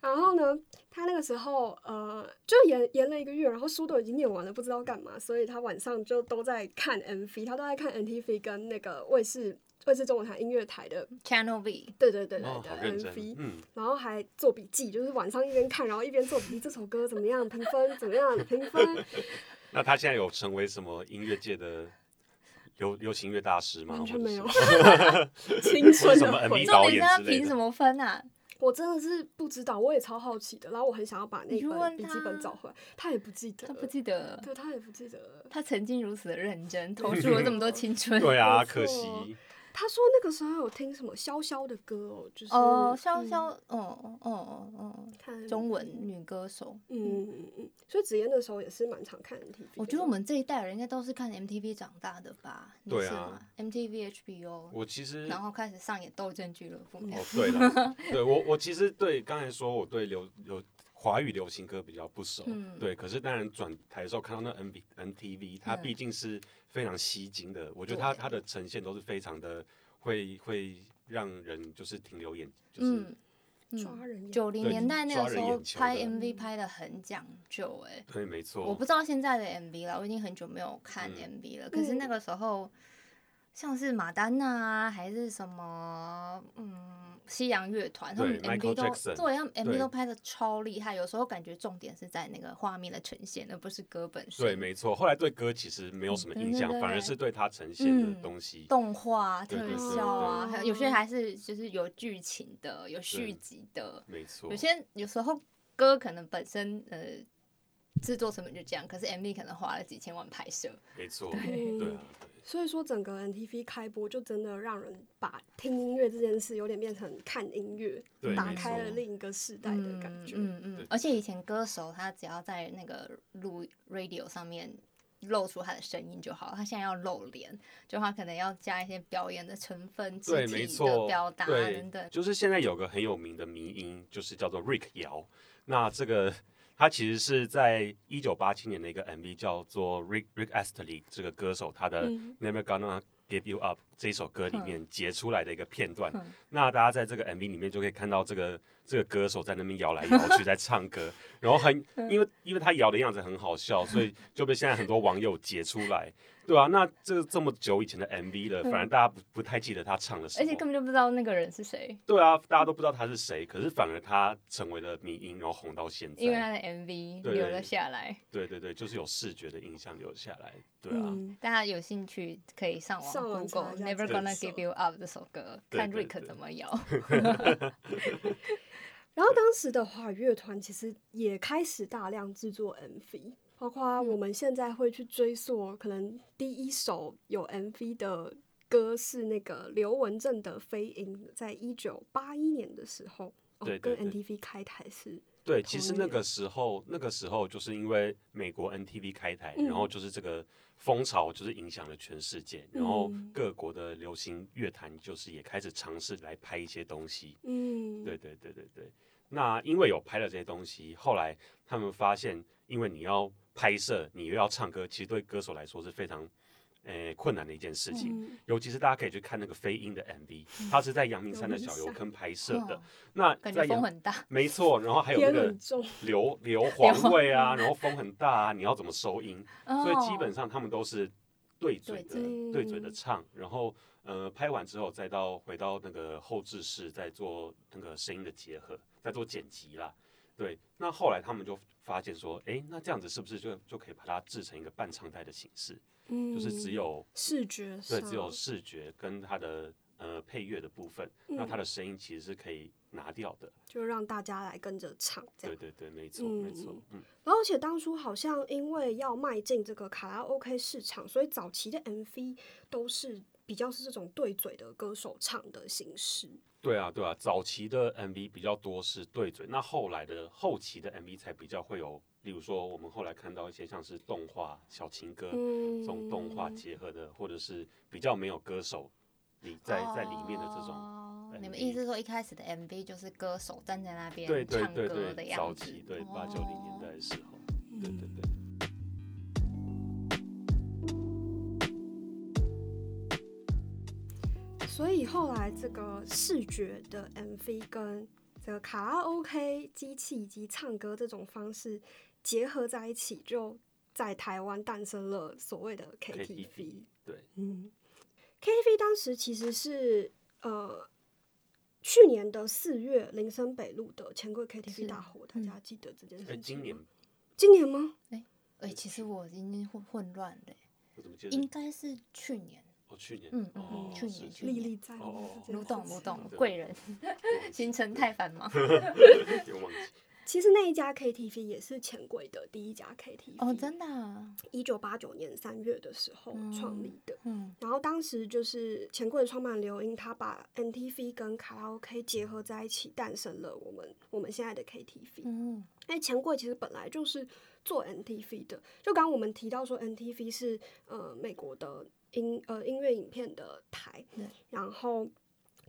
[SPEAKER 1] 然后呢，他那个时候呃，就延延了一个月，然后书都已经念完了，不知道干嘛，所以他晚上就都在看 MV，他都在看 NTV 跟那个卫视卫视中文台音乐台的，
[SPEAKER 3] Channel V，
[SPEAKER 1] 对对对对
[SPEAKER 2] 哦，好
[SPEAKER 1] 对、
[SPEAKER 2] 认真
[SPEAKER 1] MV，。
[SPEAKER 2] 嗯，
[SPEAKER 1] 然后还做笔记，就是晚上一边看，然后一边做笔记。这首歌怎么样？评分怎么样？评分？
[SPEAKER 2] 那他现在有成为什么音乐界的流流行乐大师吗？
[SPEAKER 1] 完全
[SPEAKER 2] 或者
[SPEAKER 1] 没有
[SPEAKER 2] 是
[SPEAKER 1] 青春
[SPEAKER 2] 为什么
[SPEAKER 1] 的
[SPEAKER 2] MV
[SPEAKER 1] 回忆。
[SPEAKER 2] 导
[SPEAKER 3] 重点是
[SPEAKER 2] 演
[SPEAKER 3] 他
[SPEAKER 2] 之类
[SPEAKER 3] 凭
[SPEAKER 2] 的
[SPEAKER 3] 什么分啊？
[SPEAKER 1] 我真的是不知道，我也超好奇的。然后我很想要把那
[SPEAKER 3] 你去问
[SPEAKER 1] 本笔记本
[SPEAKER 3] 他
[SPEAKER 1] 找回来，他也不记得，
[SPEAKER 3] 他不记得了，
[SPEAKER 1] 对他也不记得了。
[SPEAKER 3] 他曾经如此的认 真，投注了这么多青春。
[SPEAKER 2] 对啊，
[SPEAKER 1] 没
[SPEAKER 2] 可
[SPEAKER 1] 错
[SPEAKER 2] 惜。
[SPEAKER 1] 他说那个时候有听什么潇潇的歌哦，就是
[SPEAKER 3] 哦，潇潇，
[SPEAKER 1] 嗯
[SPEAKER 3] 哦哦哦哦
[SPEAKER 1] 看
[SPEAKER 3] 哦，中文
[SPEAKER 1] MTV
[SPEAKER 3] 女歌手。
[SPEAKER 1] 嗯嗯嗯，所以子嫣那时候也是蛮常看 MTV。
[SPEAKER 3] 我觉得我，们这一代人应该都是看 MTV 长大的吧？你
[SPEAKER 2] 对
[SPEAKER 3] 是
[SPEAKER 2] 啊
[SPEAKER 3] 吗，MTV、HBO，
[SPEAKER 2] 我其实
[SPEAKER 3] 然后开始上演《斗争俱乐部》。
[SPEAKER 2] 哦，对了，对我我其实对刚才说我对流流华语流行歌比较不熟，
[SPEAKER 3] 嗯
[SPEAKER 2] 对，可是当然转台的时候看到那 N B N T V，它
[SPEAKER 3] 嗯
[SPEAKER 2] 毕竟是非常吸睛的，我觉得它
[SPEAKER 3] 对
[SPEAKER 2] 它的呈现都是非常的会会让人就是停留眼，就是
[SPEAKER 3] 嗯，
[SPEAKER 1] 抓人眼
[SPEAKER 3] 九零
[SPEAKER 2] 对
[SPEAKER 3] 年代那
[SPEAKER 2] 抓
[SPEAKER 3] 个
[SPEAKER 2] 人
[SPEAKER 3] 时候
[SPEAKER 2] 眼球
[SPEAKER 3] 拍
[SPEAKER 2] 的
[SPEAKER 3] MV 拍的很讲究、欸，
[SPEAKER 2] 对，没错。
[SPEAKER 3] 我不知道现在的 MV 了，我已经很久没有看
[SPEAKER 2] 嗯
[SPEAKER 3] MV 了。可是那
[SPEAKER 1] 嗯
[SPEAKER 3] 个时候，像是马丹娜啊，还是什么，嗯，西洋乐团，他们
[SPEAKER 2] 对
[SPEAKER 3] MV
[SPEAKER 2] ，Michael
[SPEAKER 3] 都
[SPEAKER 2] Jackson，
[SPEAKER 3] 对，他们 MV
[SPEAKER 2] 对
[SPEAKER 3] 都拍的超厉害。有时候感觉重点是在那个画面的呈现，而不是歌本身。
[SPEAKER 2] 对，没错。后来对歌其实没有什么
[SPEAKER 3] 嗯
[SPEAKER 2] 印象，
[SPEAKER 3] 对对
[SPEAKER 2] 反而
[SPEAKER 3] 对
[SPEAKER 2] 是对它呈现的
[SPEAKER 3] 嗯
[SPEAKER 2] 东西。
[SPEAKER 3] 动画、啊、
[SPEAKER 2] 对
[SPEAKER 3] 特
[SPEAKER 2] 对对
[SPEAKER 3] 效啊，
[SPEAKER 1] 对
[SPEAKER 3] 还有有些还是就是有剧情的，有续
[SPEAKER 2] 对
[SPEAKER 3] 集的，
[SPEAKER 2] 没错，
[SPEAKER 3] 有些有时候歌可能本身呃制作成本就这样，可是 MV 可能花了几千万拍摄。
[SPEAKER 2] 没错，
[SPEAKER 1] 对
[SPEAKER 2] 对啊，对
[SPEAKER 1] 所以说，整个 NTV 开播就真的让人把听音乐这件事有点变成看音乐
[SPEAKER 2] 对，
[SPEAKER 1] 打
[SPEAKER 2] 没
[SPEAKER 1] 开了
[SPEAKER 2] 错
[SPEAKER 1] 另一个世代的感觉。
[SPEAKER 3] 嗯嗯嗯
[SPEAKER 2] 对
[SPEAKER 3] 而且以前歌手他只要在那个录 radio 上面露出他的声音就好，他现在要露脸，就他可能要加一些表演的成分、肢
[SPEAKER 2] 对，没
[SPEAKER 3] 体
[SPEAKER 2] 错
[SPEAKER 3] 的表，达
[SPEAKER 2] 对
[SPEAKER 3] 等等，。
[SPEAKER 2] 就是现在有个很有名的迷音，就是叫做 Rick 摇。那这个他其实是在一九八七年的一个 MV 叫做 Rick Rick Astley 这个歌手他的
[SPEAKER 1] 嗯
[SPEAKER 2] Never Gonna Give You Up 这一首歌里面截出来的一个片段。
[SPEAKER 3] 嗯
[SPEAKER 2] 那大家在这个 MV 里面就可以看到这个这个歌手在那边摇来 摇去在唱歌，然后很
[SPEAKER 3] 嗯
[SPEAKER 2] 因为因为他摇的样子很好笑，所以就被现在很多网友截出来。对啊，那这这么久以前的 MV 了，反而大家不不太记得他唱了什
[SPEAKER 3] 嗯而
[SPEAKER 2] 么，
[SPEAKER 3] 且根本就不知道那个人是谁，
[SPEAKER 2] 对啊，大家都不知道他是谁，可是反而他成为了迷音，然后红到现
[SPEAKER 3] 因为
[SPEAKER 2] 在。
[SPEAKER 3] 他的 MV
[SPEAKER 2] 对
[SPEAKER 3] 留了下来。
[SPEAKER 2] 对对对，就是有视觉的印象留下来。对啊，
[SPEAKER 1] 嗯，
[SPEAKER 3] 大家有兴趣可以上网
[SPEAKER 1] 上网查
[SPEAKER 3] Google
[SPEAKER 1] 一下
[SPEAKER 3] Never
[SPEAKER 1] 这
[SPEAKER 3] Gonna
[SPEAKER 1] 首
[SPEAKER 3] Give You Up 这首歌，
[SPEAKER 2] 对
[SPEAKER 3] 看
[SPEAKER 2] 对
[SPEAKER 3] Rick
[SPEAKER 2] 对
[SPEAKER 3] 怎么摇。
[SPEAKER 1] 然后当时的华语乐团其实也开始大量制作 MV，包括
[SPEAKER 2] 嗯
[SPEAKER 1] 我们现在会去追溯，可能第一首有 MV 的歌是那个刘文正的《飞鹰》，在一九八一年的时候，哦，
[SPEAKER 2] 对对
[SPEAKER 1] 跟
[SPEAKER 2] 对
[SPEAKER 1] NTV 开台是
[SPEAKER 2] 对，其实
[SPEAKER 1] 同
[SPEAKER 2] 那
[SPEAKER 1] 年
[SPEAKER 2] 个时候，那个时候就是因为美国 NTV 开台，
[SPEAKER 1] 嗯
[SPEAKER 2] 然后就是这个风潮就是影响了全世界，然后
[SPEAKER 1] 嗯
[SPEAKER 2] 各国的流行乐坛就是也开始尝试来拍一些东西。
[SPEAKER 1] 嗯，
[SPEAKER 2] 对对对对对。那因为有拍了这些东西，后来他们发现，因为你要拍摄，你又要唱歌，其实对歌手来说是非常呃困难的一件事情。
[SPEAKER 1] 嗯，
[SPEAKER 2] 尤其是大家可以去看那个飞鹰的 MV，它是在阳明山的小油坑拍摄
[SPEAKER 1] 嗯
[SPEAKER 2] 的。那
[SPEAKER 3] 哦感
[SPEAKER 2] 在
[SPEAKER 3] 觉风
[SPEAKER 2] 阳
[SPEAKER 3] 很大，
[SPEAKER 2] 没错，然后还有那
[SPEAKER 1] 天
[SPEAKER 2] 个
[SPEAKER 1] 很重，
[SPEAKER 2] 硫硫磺味啊，然后风很大啊，你要怎么收音？所以基
[SPEAKER 3] 哦
[SPEAKER 2] 本上他们都是对嘴的
[SPEAKER 3] 对
[SPEAKER 1] 嘴
[SPEAKER 2] 对嘴的
[SPEAKER 1] 嗯
[SPEAKER 2] 唱，然后呃拍完之后再到回到那个后置室再做那个声音的结合，再做剪辑啦。对，那后来他们就发现说，诶，那这样子是不是就就可以把它制成一个半唱带的形式？
[SPEAKER 1] 嗯，
[SPEAKER 2] 就是只有
[SPEAKER 1] 视觉上，
[SPEAKER 2] 对只有视觉跟它的呃配乐的部分，那它的声音其实是可以拿掉的。
[SPEAKER 1] 就让大家来跟着唱这
[SPEAKER 2] 对
[SPEAKER 1] 样。
[SPEAKER 2] 对对，没错、没错，嗯，
[SPEAKER 1] 然后而且当初好像因为要迈进这个卡拉 OK 市场，所以早期的 MV 都是比较是这种对嘴的歌手唱的形式。
[SPEAKER 2] 对啊，对啊，早期的 MV 比较多是对嘴，那后来的后期的 MV 才比较会有，例如说我们后来看到一些像是动画、小情歌、
[SPEAKER 1] 嗯，
[SPEAKER 2] 这种动画结合的，或者是比较没有歌手你在在里面的这种，
[SPEAKER 3] 哦
[SPEAKER 2] 呃
[SPEAKER 3] 你们
[SPEAKER 2] 你
[SPEAKER 3] 意思说一开始的 MV 就是歌手站在那边
[SPEAKER 2] 对对
[SPEAKER 3] 唱
[SPEAKER 2] 对
[SPEAKER 3] 歌的
[SPEAKER 2] 对，早
[SPEAKER 3] 样子？
[SPEAKER 2] 期对八九零年代
[SPEAKER 3] 哦。嗯
[SPEAKER 2] 的时候，对对对。
[SPEAKER 1] 所以后来这个视觉的 MV 跟这个卡拉 OK 机器以及唱歌这种方式结合在一起，就在台湾诞生了所谓的
[SPEAKER 2] KTV
[SPEAKER 1] KTV。
[SPEAKER 2] 对，
[SPEAKER 1] 嗯，KTV 当时其实是呃去年的四月，林森北路的钱柜 KTV
[SPEAKER 3] 是
[SPEAKER 1] 大火，大
[SPEAKER 3] 嗯
[SPEAKER 1] 家记得这件事情
[SPEAKER 2] 哎，
[SPEAKER 1] 吗？
[SPEAKER 2] 今年
[SPEAKER 1] 今年吗？
[SPEAKER 3] 哎、其实我已经混混乱了，
[SPEAKER 2] 我怎么记得
[SPEAKER 3] 应
[SPEAKER 2] 是？
[SPEAKER 3] 该是去年
[SPEAKER 2] 哦，去年，
[SPEAKER 3] 嗯嗯
[SPEAKER 2] 哦
[SPEAKER 3] 嗯去
[SPEAKER 2] 是
[SPEAKER 3] 年
[SPEAKER 2] 是
[SPEAKER 3] 去
[SPEAKER 1] 历
[SPEAKER 3] 年
[SPEAKER 1] 历在目
[SPEAKER 2] 哦
[SPEAKER 1] 这件事情。
[SPEAKER 3] 卢董卢董
[SPEAKER 2] 对
[SPEAKER 3] 贵人
[SPEAKER 2] 对
[SPEAKER 3] 行程太繁忙
[SPEAKER 2] 又忘记，
[SPEAKER 1] 其实那一家 KTV 也是钱柜的第一家 KTV
[SPEAKER 3] 哦，真的、啊，
[SPEAKER 1] 一九八九年三月的时候创
[SPEAKER 3] 嗯
[SPEAKER 1] 立的。
[SPEAKER 3] 嗯
[SPEAKER 1] 然后当时就是钱柜的创办刘英，他把 NTV 跟卡拉 OK 结合在一起，诞生了我们我们现在的 KTV。
[SPEAKER 3] 嗯
[SPEAKER 1] 因为钱柜其实本来就是做 NTV 的，就刚刚我们提到说 NTV 是呃美国的音呃音乐影片的台
[SPEAKER 3] 对，
[SPEAKER 1] 然后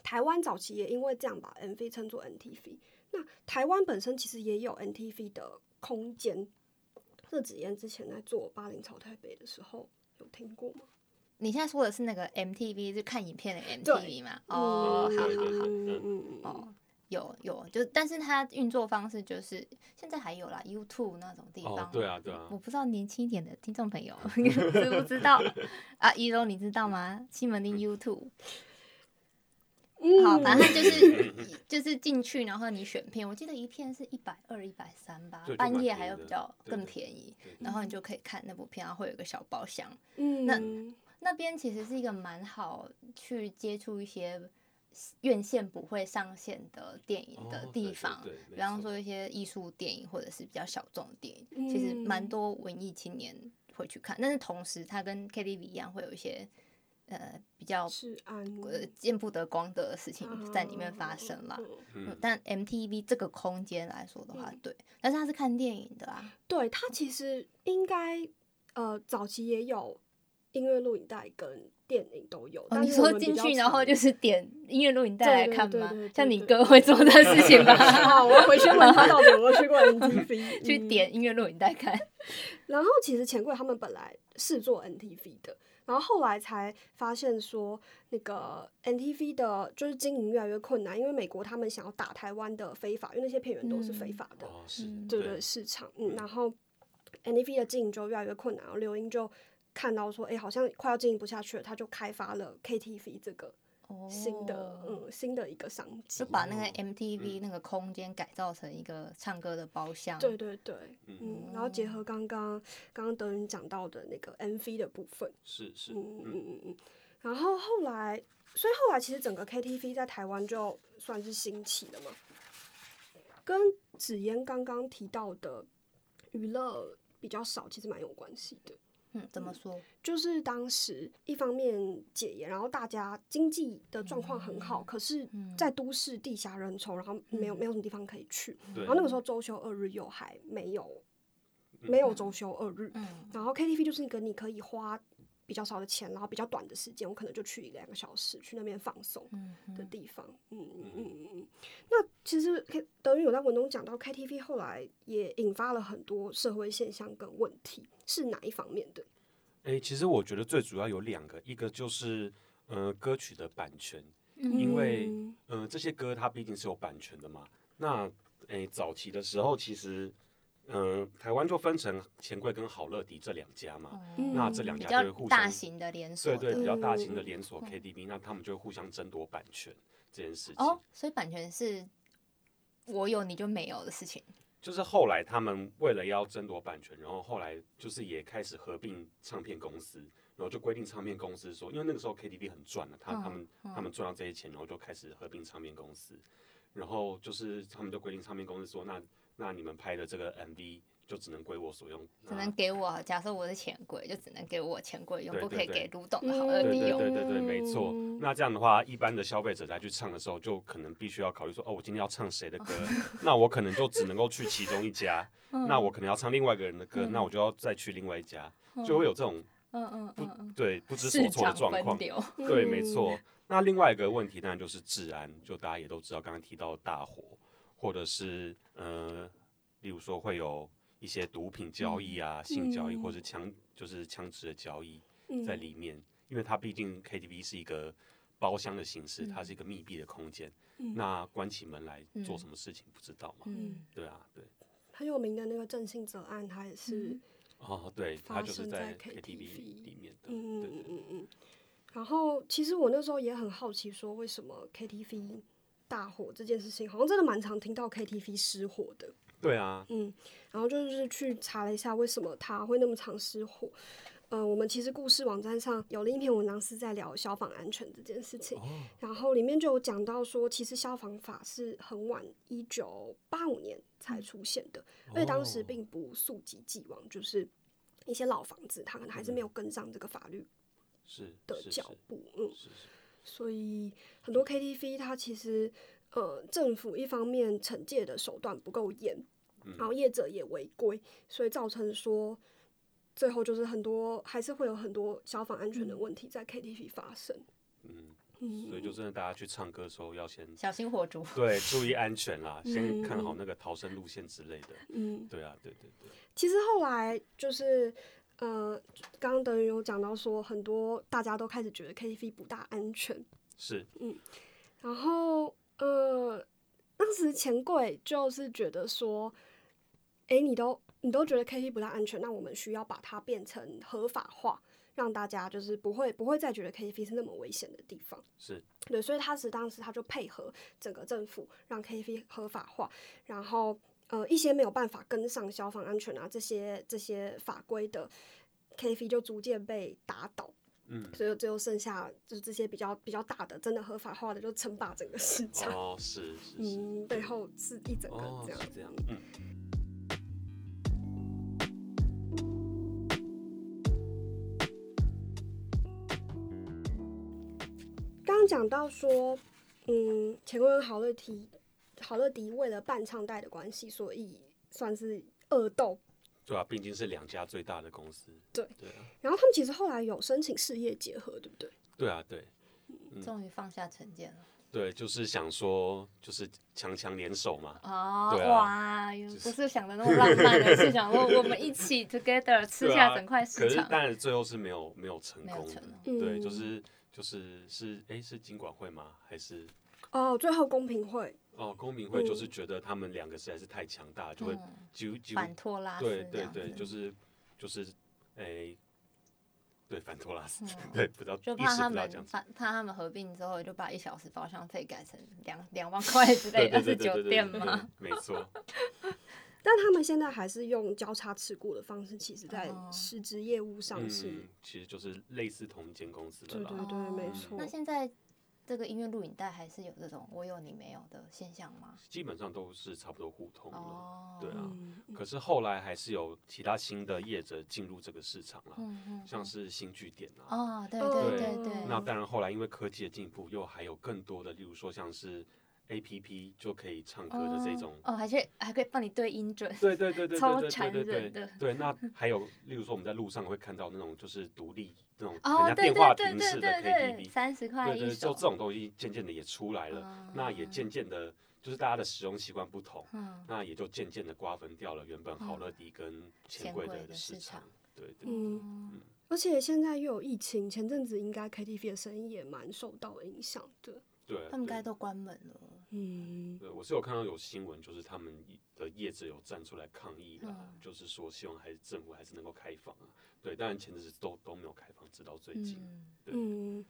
[SPEAKER 1] 台湾早期也因为这样把 MV 称作 NTV。那台湾本身其实也有 NTV 的空间，这子嫣之前在做《八零朝台北》的时候有听过吗？
[SPEAKER 3] 你现在说的是那个 MTV，就看影片的
[SPEAKER 1] 对
[SPEAKER 3] MTV 嘛？哦，
[SPEAKER 1] 嗯
[SPEAKER 3] 好
[SPEAKER 2] 对
[SPEAKER 3] 好
[SPEAKER 2] 对
[SPEAKER 3] 好，
[SPEAKER 1] 嗯嗯嗯嗯，
[SPEAKER 3] 哦，有有，就但是它运作方式就是现在还有啦，YouTube 那种地方。
[SPEAKER 2] 哦，对啊，对啊
[SPEAKER 3] 我，不知道年轻一点的听众朋友 知不知道啊？一柔你知道吗？西
[SPEAKER 2] 嗯
[SPEAKER 3] 门町 YouTube，好，
[SPEAKER 1] 嗯
[SPEAKER 3] 反正就是就是进去，然后你选片，我记得一片是一百二、一百三吧
[SPEAKER 2] 对，就蛮
[SPEAKER 3] 半夜
[SPEAKER 2] 便宜
[SPEAKER 3] 还有
[SPEAKER 2] 的
[SPEAKER 3] 比较
[SPEAKER 2] 对对
[SPEAKER 3] 更便宜，
[SPEAKER 2] 对
[SPEAKER 3] 然后你就可以看那部片，然后会有一个小包厢，
[SPEAKER 1] 嗯，
[SPEAKER 3] 那边其实是一个蛮好去接触一些院线不会上线的电影的
[SPEAKER 2] 哦对
[SPEAKER 3] 地
[SPEAKER 2] 对
[SPEAKER 3] 方，
[SPEAKER 2] 对没
[SPEAKER 3] 比方
[SPEAKER 2] 错
[SPEAKER 3] 说一些艺术电影或者是比较小众的电影，其实蛮
[SPEAKER 1] 嗯
[SPEAKER 3] 多文艺青年会去看。但是同时，它跟 KTV 一样，会有一些呃比较
[SPEAKER 1] 是安
[SPEAKER 3] 呃见不得光的事情
[SPEAKER 1] 啊
[SPEAKER 3] 在里面发生啦。
[SPEAKER 1] 嗯
[SPEAKER 3] 嗯
[SPEAKER 2] 嗯，
[SPEAKER 3] 但 MTV 这个空间来说的话，
[SPEAKER 1] 嗯
[SPEAKER 3] 对，但是它是看电影的啊，
[SPEAKER 1] 对，它其实应该呃早期也有音乐录影带跟电影都有，
[SPEAKER 3] 哦，
[SPEAKER 1] 但
[SPEAKER 3] 你
[SPEAKER 1] 是我
[SPEAKER 3] 说
[SPEAKER 1] 们比
[SPEAKER 3] 进
[SPEAKER 1] 较
[SPEAKER 3] 去然后
[SPEAKER 1] 常
[SPEAKER 3] 就是点音乐录影带
[SPEAKER 1] 对
[SPEAKER 3] 来
[SPEAKER 1] 对
[SPEAKER 3] 看
[SPEAKER 1] 对
[SPEAKER 3] 吗
[SPEAKER 1] 对？
[SPEAKER 3] 像
[SPEAKER 1] 对
[SPEAKER 3] 你
[SPEAKER 1] 对
[SPEAKER 3] 哥会做的事 情吧？
[SPEAKER 1] 啊，我要回去问他到底有没有 去过 NTV，
[SPEAKER 3] 去
[SPEAKER 1] 嗯
[SPEAKER 3] 点音乐录影带看，
[SPEAKER 1] 然后其实钱柜他们本来是做 NTV 的，然后后来才发现说，那个 NTV 的就是经营越来越困难，因为美国他们想要打台湾的非法，因为那些片源都是非
[SPEAKER 3] 嗯
[SPEAKER 1] 法的，
[SPEAKER 2] 哦，是
[SPEAKER 3] 嗯，
[SPEAKER 1] 对对市场，嗯，然后 NTV 的经营就越来越困难，然后刘英就。看到说，哎、好像快要经营不下去了，他就开发了 KTV 这个新的、
[SPEAKER 3] 哦
[SPEAKER 1] 嗯新的一个商机
[SPEAKER 3] 就。把那
[SPEAKER 2] 哦
[SPEAKER 3] 个 MTV 那个空间改造成一个唱歌的包厢，
[SPEAKER 1] 对对对，
[SPEAKER 2] 嗯
[SPEAKER 1] 嗯，然后结合刚刚刚刚德云讲到的那个 MV 的部分，
[SPEAKER 2] 是是，
[SPEAKER 1] 嗯嗯
[SPEAKER 2] 嗯，
[SPEAKER 1] 嗯嗯。然后后来，所以后来其实整个 KTV 在台湾就算是兴起了嘛。跟子嫣刚刚提到的娱乐比较少，其实蛮有关系的。
[SPEAKER 3] 嗯，怎么说？
[SPEAKER 1] 就是当时一方面解严，然后大家经济的状况很好，
[SPEAKER 3] 嗯
[SPEAKER 1] 可是
[SPEAKER 3] 嗯，
[SPEAKER 1] 在都市地狭人稠，然后没有
[SPEAKER 3] 嗯
[SPEAKER 1] 没有什么地方可以去。
[SPEAKER 2] 对
[SPEAKER 1] 然后那个时候周休二日又还没有
[SPEAKER 2] 嗯
[SPEAKER 1] 没有周休二日，
[SPEAKER 3] 嗯
[SPEAKER 1] 然后 KTV 就是一个你可以花比较少的钱，然后比较短的时间，我可能就去一两个小时去那边放松
[SPEAKER 3] 嗯
[SPEAKER 1] 的
[SPEAKER 3] 哼
[SPEAKER 1] 地方。嗯嗯嗯嗯嗯。那其实 K 德云有在文中讲到 KTV 后来也引发了很多社会现象跟问题，是哪一方面的？
[SPEAKER 2] 哎，其实我觉得最主要有两个，一个就是呃歌曲的版权，
[SPEAKER 3] 嗯
[SPEAKER 2] 因为
[SPEAKER 1] 嗯
[SPEAKER 2] 呃这些歌它毕竟是有版权的嘛。那哎早期的时候，其实呃台湾就分成钱柜跟好乐迪这两家嘛，
[SPEAKER 3] 嗯
[SPEAKER 2] 那这两
[SPEAKER 3] 比
[SPEAKER 2] 家
[SPEAKER 3] 较
[SPEAKER 2] 就会互
[SPEAKER 3] 大
[SPEAKER 2] 相
[SPEAKER 3] 型的连锁
[SPEAKER 2] 对嗯
[SPEAKER 3] 的，
[SPEAKER 2] 对，比较大型的
[SPEAKER 1] 嗯
[SPEAKER 2] 连锁 KTV，那他们就会互相争夺版权这件事情。
[SPEAKER 3] 哦，所以版权是我有你就没有的事情，
[SPEAKER 2] 就是后来他们为了要争夺版权，然后后来就是也开始合并唱片公司，然后就规定唱片公司说，因为那个时候 KTV 很赚了、他
[SPEAKER 3] 嗯
[SPEAKER 2] 他们
[SPEAKER 3] 嗯
[SPEAKER 2] 他们赚到这些钱，然后就开始合并唱片公司，然后就是他们就规定唱片公司说，那那你们拍的这个 MV 就只能归我所用，
[SPEAKER 3] 只
[SPEAKER 2] 那
[SPEAKER 3] 能给我，假设我是钱柜，就只能给我钱柜用，
[SPEAKER 2] 对
[SPEAKER 3] 不
[SPEAKER 2] 对
[SPEAKER 3] 可以
[SPEAKER 2] 对
[SPEAKER 3] 给卢董的好哦
[SPEAKER 1] 嗯
[SPEAKER 3] 二
[SPEAKER 2] 对
[SPEAKER 3] 弟
[SPEAKER 2] 对
[SPEAKER 3] 用。
[SPEAKER 2] 对对对，没错
[SPEAKER 1] 嗯。
[SPEAKER 2] 那这样的话，一般的消费者在去唱的时候，就可能必须要考虑说，哦，我今天要唱谁的歌？
[SPEAKER 3] 哦
[SPEAKER 2] 那我可能就只能够去其中一 家。
[SPEAKER 3] 嗯
[SPEAKER 2] 那我可能要唱另外一个人的歌，那我就要再去另外一家，就会有这种
[SPEAKER 3] 嗯嗯嗯嗯，
[SPEAKER 2] 对不知所
[SPEAKER 3] 市
[SPEAKER 2] 措的
[SPEAKER 3] 场
[SPEAKER 2] 状
[SPEAKER 3] 分嗯
[SPEAKER 2] 况。
[SPEAKER 3] 流，
[SPEAKER 2] 对，没错。那另外一个问题当然就是治安，就大家也都知道，刚刚提到的大火，或者是呃，例如说会有一些毒品交易
[SPEAKER 3] 嗯
[SPEAKER 2] 啊、性交易，或是枪就是枪支的交易。
[SPEAKER 1] 嗯
[SPEAKER 2] 在里面，因为它毕竟 KTV 是一个包厢的形式，它是一个密闭的空间，
[SPEAKER 1] 嗯
[SPEAKER 2] 那关起门来做
[SPEAKER 3] 嗯
[SPEAKER 2] 什么事情不知道嘛？
[SPEAKER 3] 嗯
[SPEAKER 2] 对啊，对，
[SPEAKER 1] 很有名的那个郑信哲案，他也是。
[SPEAKER 3] 嗯
[SPEAKER 2] 哦，对，
[SPEAKER 1] 发
[SPEAKER 2] 它就是
[SPEAKER 1] 生在
[SPEAKER 2] KTV 里面的，
[SPEAKER 1] 嗯
[SPEAKER 2] 对
[SPEAKER 1] 嗯
[SPEAKER 2] 对
[SPEAKER 1] 嗯嗯。然后其实我那时候也很好奇，说为什么 KTV 大火这件事情，好像真的蛮常听到 KTV 失火的。
[SPEAKER 2] 对啊，
[SPEAKER 1] 嗯，然后就是去查了一下为什么它会那么常失火。呃，我们其实故事网站上有另一篇文章是在聊消防安全这件事情，
[SPEAKER 2] 哦，
[SPEAKER 1] 然后里面就有讲到说，其实消防法是很晚，一九八五年才出现的，而且当时
[SPEAKER 2] 嗯哦
[SPEAKER 1] 并不溯及既往，就是一些老房子它可能还是没有跟上这个法律
[SPEAKER 2] 是
[SPEAKER 1] 的
[SPEAKER 2] 嗯是是
[SPEAKER 1] 脚步，嗯，
[SPEAKER 2] 是是，
[SPEAKER 1] 所以很多 KTV 它其实呃政府一方面惩戒的手段不够严，然后
[SPEAKER 2] 嗯，
[SPEAKER 1] 业者也违规，所以造成说。最后就是很多，还是会有很多消防安全的问题在 KTV 发生。
[SPEAKER 2] 嗯，所以就真的大家去唱歌的时候要先
[SPEAKER 3] 小心火烛。
[SPEAKER 2] 对注意安全啦，
[SPEAKER 1] 嗯
[SPEAKER 2] 先看好
[SPEAKER 1] 嗯
[SPEAKER 2] 那个逃生路线之类的。
[SPEAKER 1] 嗯，
[SPEAKER 2] 对啊，对对对，
[SPEAKER 1] 其实后来就是，呃，刚刚德云有讲到说，很多大家都开始觉得 KTV 不大安全，
[SPEAKER 2] 是
[SPEAKER 1] 然后呃，当时钱柜就是觉得说，诶，你都你都觉得 KT 不太安全，那我们需要把它变成合法化，让大家就是不会不会再觉得 KTV 是那么危险的地方。
[SPEAKER 2] 是
[SPEAKER 1] 对，所以他是当时他就配合整个政府让 KTV 合法化，然后呃一些没有办法跟上消防安全啊这些这些法规的 KTV 就逐渐被打倒，
[SPEAKER 2] 嗯，
[SPEAKER 1] 所以最后剩下就是这些比较比较大的真的合法化的就称霸整个市场，
[SPEAKER 2] 哦，是是 是，
[SPEAKER 1] 嗯，背后是一整个
[SPEAKER 2] 哦
[SPEAKER 1] 这样
[SPEAKER 2] 是
[SPEAKER 1] 子
[SPEAKER 2] 这样，嗯。
[SPEAKER 1] 刚刚讲到说，嗯，钱柜跟豪乐迪，豪乐迪为了半唱带的关系，所以算是恶斗。
[SPEAKER 2] 对啊，毕竟是两家最大的公司。
[SPEAKER 1] 对
[SPEAKER 2] 对啊，
[SPEAKER 1] 然后他们其实后来有申请事业结合，对不对？
[SPEAKER 2] 对啊，对
[SPEAKER 3] 终于放下成见了
[SPEAKER 2] 对，就是想说，就是强强联手嘛。
[SPEAKER 3] 哦
[SPEAKER 2] 对啊
[SPEAKER 3] 哇，
[SPEAKER 2] 就是
[SPEAKER 3] 不是想的那么浪 漫的，是想说我们一起 together 吃
[SPEAKER 2] 对啊
[SPEAKER 3] 下整块
[SPEAKER 2] 可
[SPEAKER 3] 市
[SPEAKER 2] 是，
[SPEAKER 3] 场。
[SPEAKER 2] 当然最后是没有没有成
[SPEAKER 3] 没有
[SPEAKER 2] 功的
[SPEAKER 3] 成。
[SPEAKER 1] 功
[SPEAKER 2] 对，
[SPEAKER 1] 嗯
[SPEAKER 2] 就是就是是，哎，是金管会吗？还是
[SPEAKER 1] 哦，最后公平会，
[SPEAKER 2] 哦，公民会？就
[SPEAKER 1] 嗯
[SPEAKER 2] 是觉得他们两个实在是太强大，就会
[SPEAKER 3] 嗯，
[SPEAKER 2] 几乎几乎
[SPEAKER 3] 反托拉斯
[SPEAKER 2] 对
[SPEAKER 3] 这
[SPEAKER 2] 对
[SPEAKER 3] 样
[SPEAKER 2] 对，
[SPEAKER 3] 子
[SPEAKER 2] 就是就是，哎，对，反托拉斯
[SPEAKER 3] 嗯，
[SPEAKER 2] 对，不知道
[SPEAKER 3] 就
[SPEAKER 2] 一
[SPEAKER 3] 怕
[SPEAKER 2] 时
[SPEAKER 3] 他
[SPEAKER 2] 不知道
[SPEAKER 3] 们
[SPEAKER 2] 讲什么。
[SPEAKER 3] 怕怕他们合并之后，就把一小时包厢费改成两两万块之类的，是酒店吗？？
[SPEAKER 2] 对没错，
[SPEAKER 1] 但他们现在还是用交叉持股的方式，其实在
[SPEAKER 3] 哦
[SPEAKER 1] 实质业务上是，
[SPEAKER 2] 嗯，其实就是类似同一间公司的
[SPEAKER 1] 对
[SPEAKER 2] 啦。
[SPEAKER 1] 对对，没
[SPEAKER 3] 哦
[SPEAKER 1] 错
[SPEAKER 3] 那。现在这个音乐录影带还是有这种我有你没有的现象吗？
[SPEAKER 2] 基本上都是差不多互通的。
[SPEAKER 3] 哦，
[SPEAKER 2] 对啊
[SPEAKER 1] 嗯，嗯
[SPEAKER 2] 可是后来还是有其他新的业者进入这个市场啦，
[SPEAKER 3] 嗯嗯，
[SPEAKER 2] 像是新据点啊。
[SPEAKER 3] 哦，
[SPEAKER 1] 呃
[SPEAKER 3] 对对
[SPEAKER 2] 对
[SPEAKER 3] 对对，
[SPEAKER 2] 那当然，后来因为科技的进步，又还有更多的，例如说像是 A P P 就可以唱歌的这种。
[SPEAKER 3] 哦，还可以还可以帮你对音准，
[SPEAKER 2] 对对对对
[SPEAKER 3] 超
[SPEAKER 2] 对对
[SPEAKER 3] 残
[SPEAKER 2] 对对
[SPEAKER 3] 忍
[SPEAKER 2] 对
[SPEAKER 3] 的
[SPEAKER 2] 对，那还有，例如说我们在路上会看到那种就是独立那种人
[SPEAKER 3] 哦
[SPEAKER 2] 家，电
[SPEAKER 3] 对
[SPEAKER 2] 话
[SPEAKER 3] 对对
[SPEAKER 2] 亭式
[SPEAKER 3] 对
[SPEAKER 2] 的
[SPEAKER 3] 对对，
[SPEAKER 2] KTV，
[SPEAKER 3] 三十块
[SPEAKER 2] 对对，
[SPEAKER 3] 一
[SPEAKER 2] 就
[SPEAKER 3] 首
[SPEAKER 2] 这，种东西渐渐的也出来了，那也
[SPEAKER 3] 哦
[SPEAKER 2] 渐渐的，就是大家的使用习惯不同，
[SPEAKER 3] 嗯，
[SPEAKER 2] 那也就渐渐的瓜分掉了原本好乐迪跟钱柜
[SPEAKER 3] 钱柜的
[SPEAKER 2] 市
[SPEAKER 3] 市场。
[SPEAKER 2] 对对，
[SPEAKER 1] 嗯，
[SPEAKER 3] 嗯
[SPEAKER 1] 而且现在又有疫情，前阵子应该 KTV 的生意也蛮受到影响的。
[SPEAKER 2] 对，
[SPEAKER 3] 他们
[SPEAKER 2] 对
[SPEAKER 3] 该都关门了，
[SPEAKER 1] 嗯，
[SPEAKER 2] 对我是有看到有新闻，就是他们的业者有站出来抗议啦，
[SPEAKER 3] 嗯
[SPEAKER 2] 就是说希望还是政府还是能够开放啊。对，当然前阵子都都没有开放，直到最近。
[SPEAKER 3] 嗯，
[SPEAKER 1] 嗯，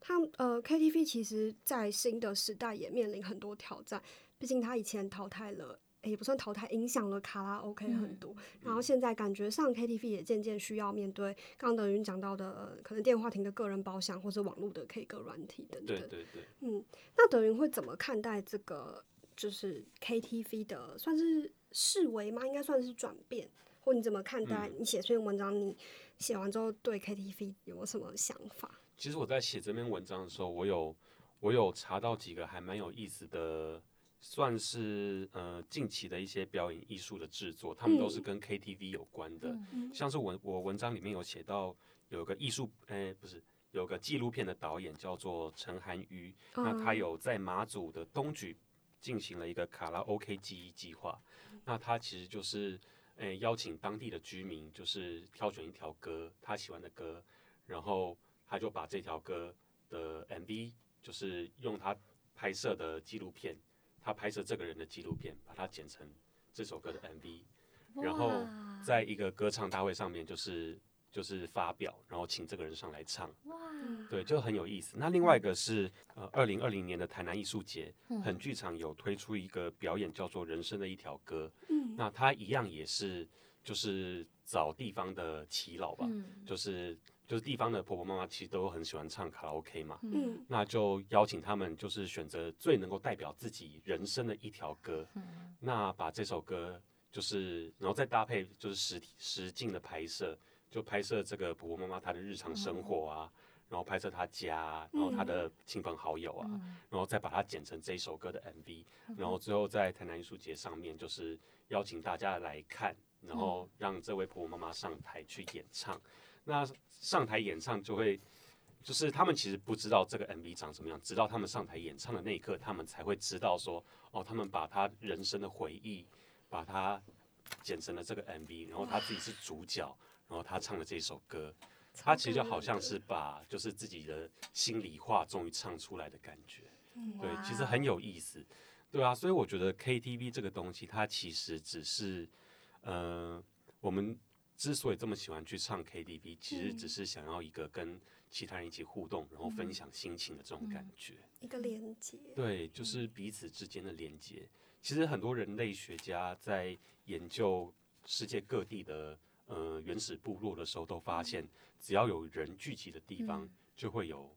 [SPEAKER 1] 它呃 KTV 其实，在新的时代也面临很多挑战，毕竟它以前淘汰了。诶也不算淘汰，影响了卡拉 OK 很
[SPEAKER 3] 嗯
[SPEAKER 1] 多。然后现在感觉上 KTV 也渐渐需要面对刚刚德云讲到的、呃，可能电话亭的个人包厢或者网络的 K 歌软体等等
[SPEAKER 2] 对。对对，
[SPEAKER 1] 嗯，那德云会怎么看待这个就是 KTV 的算是视为吗？应该算是转变，或你怎么看待？
[SPEAKER 2] 嗯
[SPEAKER 1] 你写这篇文章，你写完之后对 KTV 有没有什么想法？
[SPEAKER 2] 其实我在写这篇文章的时候，我有我有查到几个还蛮有意思的，算是呃近期的一些表演艺术的制作，他们都是
[SPEAKER 1] 嗯
[SPEAKER 2] 跟 KTV 有关的。
[SPEAKER 3] 嗯
[SPEAKER 2] 像是我我文章里面有写到有个艺术，哎、不是有个纪录片的导演叫做陈涵瑜，那他
[SPEAKER 1] 嗯
[SPEAKER 2] 有在马祖的东莒进行了一个卡拉 OK 记忆计划，那他其实就是诶、呃邀请当地的居民，就是挑选一条歌他喜欢的歌，然后他就把这条歌的 MV，就是用他拍摄的纪录片，他拍摄这个人的纪录片，把它剪成这首歌的 MV，然后
[SPEAKER 3] 哇
[SPEAKER 2] 在一个歌唱大会上面，就是就是发表，然后请这个人上来唱，
[SPEAKER 3] 哇，
[SPEAKER 1] 嗯
[SPEAKER 2] 对，就很有意思。那另外一个是呃，二零二零年的台南艺术节，
[SPEAKER 3] 嗯
[SPEAKER 2] 很剧场有推出一个表演叫做《人生的一条歌》，
[SPEAKER 1] 嗯
[SPEAKER 2] 那它一样也是就是找地方的耆老吧，
[SPEAKER 3] 嗯
[SPEAKER 2] 就是就是地方的婆婆妈妈其实都很喜欢唱卡拉 OK 嘛，
[SPEAKER 1] 嗯
[SPEAKER 2] 那就邀请他们就是选择最能够代表自己人生的一条歌，
[SPEAKER 3] 嗯
[SPEAKER 2] 那把这首歌就是，然后再搭配就是实体实境的拍摄，就拍摄这个婆婆妈妈她的日常生活啊，然后拍摄她家、啊，然后她的亲朋好友啊，
[SPEAKER 3] 嗯
[SPEAKER 2] 然后再把它剪成这首歌的 MV，、然后最后在台南艺术节上面就是邀请大家来看，然后让这位婆婆妈妈上台去演唱。那上台演唱就会。就是他们其实不知道这个 MV 长什么样，直到他们上台演唱的那一刻，他们才会知道说，哦，他们把他人生的回忆，把它剪成了这个 MV，然后他自己是主角，然后他唱了这首歌，他其实就好像是把就是
[SPEAKER 1] 嗯
[SPEAKER 2] 自己的心里话终于唱出来的感觉，对，其实很有意思。对啊，所以我觉得 KTV 这个东西，它其实只是，呃，我们之所以这么喜欢去唱 KTV，其实只
[SPEAKER 1] 嗯
[SPEAKER 2] 是想要一个跟其他人一起互动，然后分享心情的这种感
[SPEAKER 3] 嗯
[SPEAKER 2] 觉。
[SPEAKER 1] 一个连接。
[SPEAKER 2] 对，就是彼此之间的连接。其实很多人类学家在研究世界各地的呃原始部落的时候，都发现，只要有人聚集的地方
[SPEAKER 3] 嗯，
[SPEAKER 2] 就会有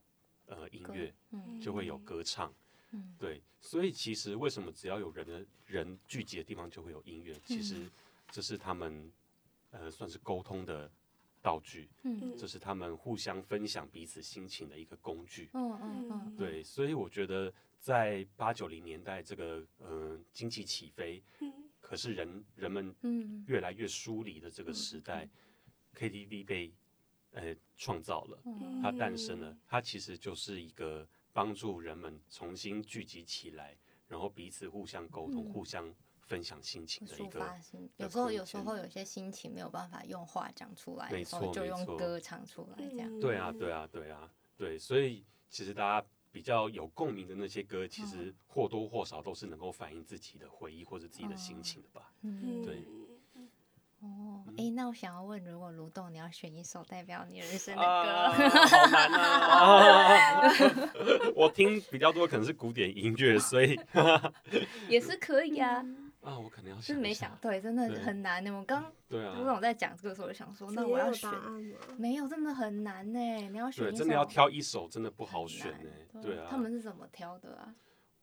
[SPEAKER 2] 呃音
[SPEAKER 3] 歌
[SPEAKER 2] 乐，
[SPEAKER 3] 嗯
[SPEAKER 2] 就会有
[SPEAKER 1] 嗯
[SPEAKER 2] 歌唱。
[SPEAKER 3] 嗯
[SPEAKER 2] 对，所以其实为什么只要有人的人聚集的地方就会有音乐？其实这是他们呃算是沟通的道具，
[SPEAKER 3] 嗯
[SPEAKER 2] 这是他们互相分享彼此心情的一个工具。
[SPEAKER 3] 嗯嗯嗯，
[SPEAKER 2] 对，所以我觉得在八九零年代这个呃经济起飞，
[SPEAKER 1] 嗯，
[SPEAKER 2] 可是人人们
[SPEAKER 3] 嗯
[SPEAKER 2] 越来越疏离的这个时代、k t v 被呃创造了，
[SPEAKER 3] 嗯
[SPEAKER 2] 它诞生了
[SPEAKER 1] 嗯，
[SPEAKER 2] 它其实就是一个帮助人们重新聚集起来，然后彼此互相沟通、
[SPEAKER 3] 嗯
[SPEAKER 2] 互相分享心情的一
[SPEAKER 3] 抒
[SPEAKER 2] 个。
[SPEAKER 3] 发啊心，
[SPEAKER 2] 的
[SPEAKER 3] 有时候
[SPEAKER 2] 空
[SPEAKER 3] 有时
[SPEAKER 2] 间
[SPEAKER 3] 候有些心情没有办法用话讲出来
[SPEAKER 2] 没
[SPEAKER 3] 的时
[SPEAKER 2] 错
[SPEAKER 3] 候，就
[SPEAKER 2] 没
[SPEAKER 3] 用
[SPEAKER 2] 错
[SPEAKER 3] 歌唱出来，这样。
[SPEAKER 1] 嗯
[SPEAKER 2] 对啊，对啊，对啊，对，所以其实大家比较有共鸣的那些歌，其实
[SPEAKER 3] 嗯
[SPEAKER 2] 或多或少都是能够反映自己的回忆或者自己的
[SPEAKER 3] 哦
[SPEAKER 2] 心情的吧。
[SPEAKER 1] 嗯，
[SPEAKER 3] 嗯，
[SPEAKER 2] 对嗯
[SPEAKER 3] 哦，哎，那我想要问，如果卢董你要选一首代表你人生的
[SPEAKER 2] 啊，
[SPEAKER 3] 歌，
[SPEAKER 2] 好难啊！我听比较多可能是古典音乐，所 以
[SPEAKER 3] 也是可以啊，
[SPEAKER 2] 啊，我可能要
[SPEAKER 3] 就是
[SPEAKER 2] 想
[SPEAKER 3] 没
[SPEAKER 2] 一
[SPEAKER 3] 想
[SPEAKER 2] 下。
[SPEAKER 3] 对，真的
[SPEAKER 2] 对
[SPEAKER 3] 很难呢。我刚
[SPEAKER 2] 对
[SPEAKER 3] 卢
[SPEAKER 2] 啊，
[SPEAKER 3] 董在讲这个时候，我想
[SPEAKER 1] 嗯
[SPEAKER 3] 说，哦那
[SPEAKER 1] 直接
[SPEAKER 3] 我要
[SPEAKER 1] 有
[SPEAKER 3] 选
[SPEAKER 1] 答，案吗？
[SPEAKER 3] 没有，真的很难呢。你要选
[SPEAKER 2] 对，
[SPEAKER 3] 一首，
[SPEAKER 2] 真的要挑一首，真的不好选
[SPEAKER 3] 很
[SPEAKER 2] 呢
[SPEAKER 3] 难。
[SPEAKER 2] 对啊，
[SPEAKER 3] 他们是怎么挑的啊？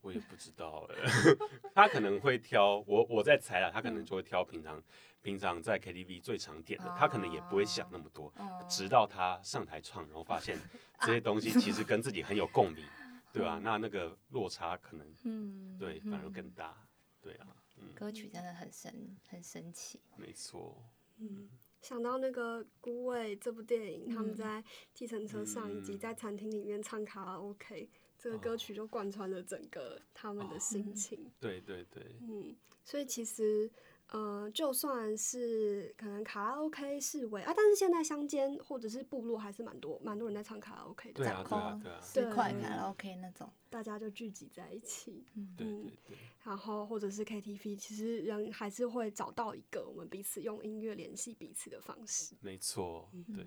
[SPEAKER 2] 我也不知道哎、 他可能会挑我，我在猜啦，他可
[SPEAKER 3] 嗯
[SPEAKER 2] 能就会挑平常、平常在 KTV 最常点的，他可能也不会想那么多，
[SPEAKER 1] 嗯
[SPEAKER 3] 哦
[SPEAKER 2] 直到他上台唱，然后发 现这些东西其实跟自己很有共鸣，对吧、那那个落差可能
[SPEAKER 3] 嗯，
[SPEAKER 2] 对反而更
[SPEAKER 3] 嗯
[SPEAKER 2] 大，对啊，嗯，
[SPEAKER 3] 歌曲真的很神，很神奇。
[SPEAKER 2] 没错，
[SPEAKER 1] 嗯，想到那个《孤味》这部电影，他们
[SPEAKER 3] 嗯
[SPEAKER 1] 在计程车上以及
[SPEAKER 2] 嗯
[SPEAKER 1] 在餐厅里面唱卡拉 OK，这个歌
[SPEAKER 2] 哦
[SPEAKER 1] 曲就贯穿了整个他们的
[SPEAKER 2] 哦
[SPEAKER 1] 心
[SPEAKER 3] 嗯
[SPEAKER 1] 情。
[SPEAKER 2] 对对对，
[SPEAKER 1] 嗯，所以其实，呃，就算是可能卡拉 OK 视为啊，但是现在乡间或者是部落还是蛮多蛮多人在唱卡拉 OK 的，
[SPEAKER 2] 对啊
[SPEAKER 3] 掌
[SPEAKER 2] 对啊
[SPEAKER 3] 控
[SPEAKER 2] 对啊
[SPEAKER 3] 四块
[SPEAKER 1] 对嗯
[SPEAKER 3] 卡拉 OK 那种，
[SPEAKER 1] 大家就聚集在一起，
[SPEAKER 3] 嗯
[SPEAKER 2] 对
[SPEAKER 1] 嗯
[SPEAKER 2] 对对，
[SPEAKER 1] 然后或者是 KTV，其实人还是会找到一个我们彼此用音乐联系彼此的方式。
[SPEAKER 2] 没错，
[SPEAKER 3] 嗯
[SPEAKER 2] 对，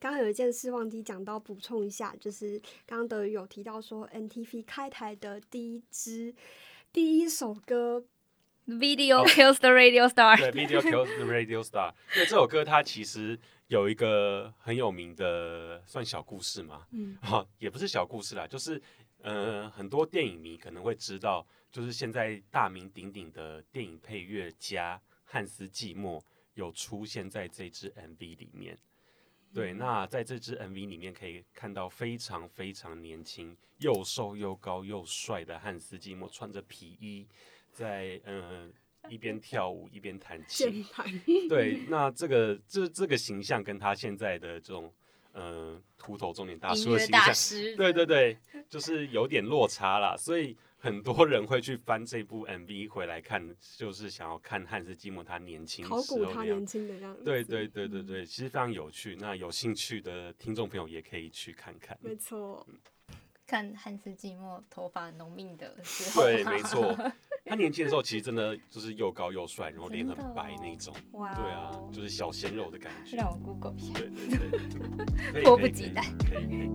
[SPEAKER 1] 刚刚有一件事忘记讲到，补充一下，就是刚刚德宇有提到说 NTV 开台的第一支第一首歌，
[SPEAKER 3] Video
[SPEAKER 2] 哦
[SPEAKER 3] kills the radio star。
[SPEAKER 2] 对，Video Kills the Radio Star，因为这首歌它其实有一个很有名的算小故事嘛，
[SPEAKER 1] 嗯，
[SPEAKER 2] 啊，也不是小故事啦，就是呃，很多电影迷可能会知道，就是现在大名鼎鼎的电影配乐家汉斯季默有出现在这支 MV 里面。对，
[SPEAKER 1] 嗯
[SPEAKER 2] 那在这支 MV 里面可以看到非常非常年轻、又瘦又高又帅的汉斯季默，穿着皮衣，在嗯、呃、一边跳舞一边弹琴
[SPEAKER 1] 键，盘，
[SPEAKER 2] 对，那这个这这个形象跟他现在的这种呃秃头中 年大
[SPEAKER 3] 音
[SPEAKER 2] 叔的
[SPEAKER 3] 乐
[SPEAKER 2] 形
[SPEAKER 3] 大
[SPEAKER 2] 象，
[SPEAKER 3] 师，
[SPEAKER 2] 对对对，就是有点落差啦，所以很多人会去翻这部 MV 回来看，就是想要看汉斯季默他年轻时
[SPEAKER 1] 考古
[SPEAKER 2] 候
[SPEAKER 1] 他
[SPEAKER 2] 的
[SPEAKER 1] 年
[SPEAKER 2] 样子。
[SPEAKER 1] 轻的 样子。
[SPEAKER 2] 对对对
[SPEAKER 3] 嗯
[SPEAKER 2] 对对，其实非常有趣。那有兴趣的听众朋友也可以去看看。
[SPEAKER 1] 没错，
[SPEAKER 3] 看汉斯季默头发浓密的时候，
[SPEAKER 2] 对，没错， 他年轻的时候其实真的就是又高又帅，然后脸很
[SPEAKER 3] 真的
[SPEAKER 2] 白
[SPEAKER 3] 哦
[SPEAKER 2] 那种。
[SPEAKER 3] 哇
[SPEAKER 2] 对啊
[SPEAKER 3] 哦，
[SPEAKER 2] 就是小鲜肉的感觉。
[SPEAKER 3] 让我 Google 一下。
[SPEAKER 2] 对对对，
[SPEAKER 3] 迫不及待
[SPEAKER 2] 可以。可以可以可以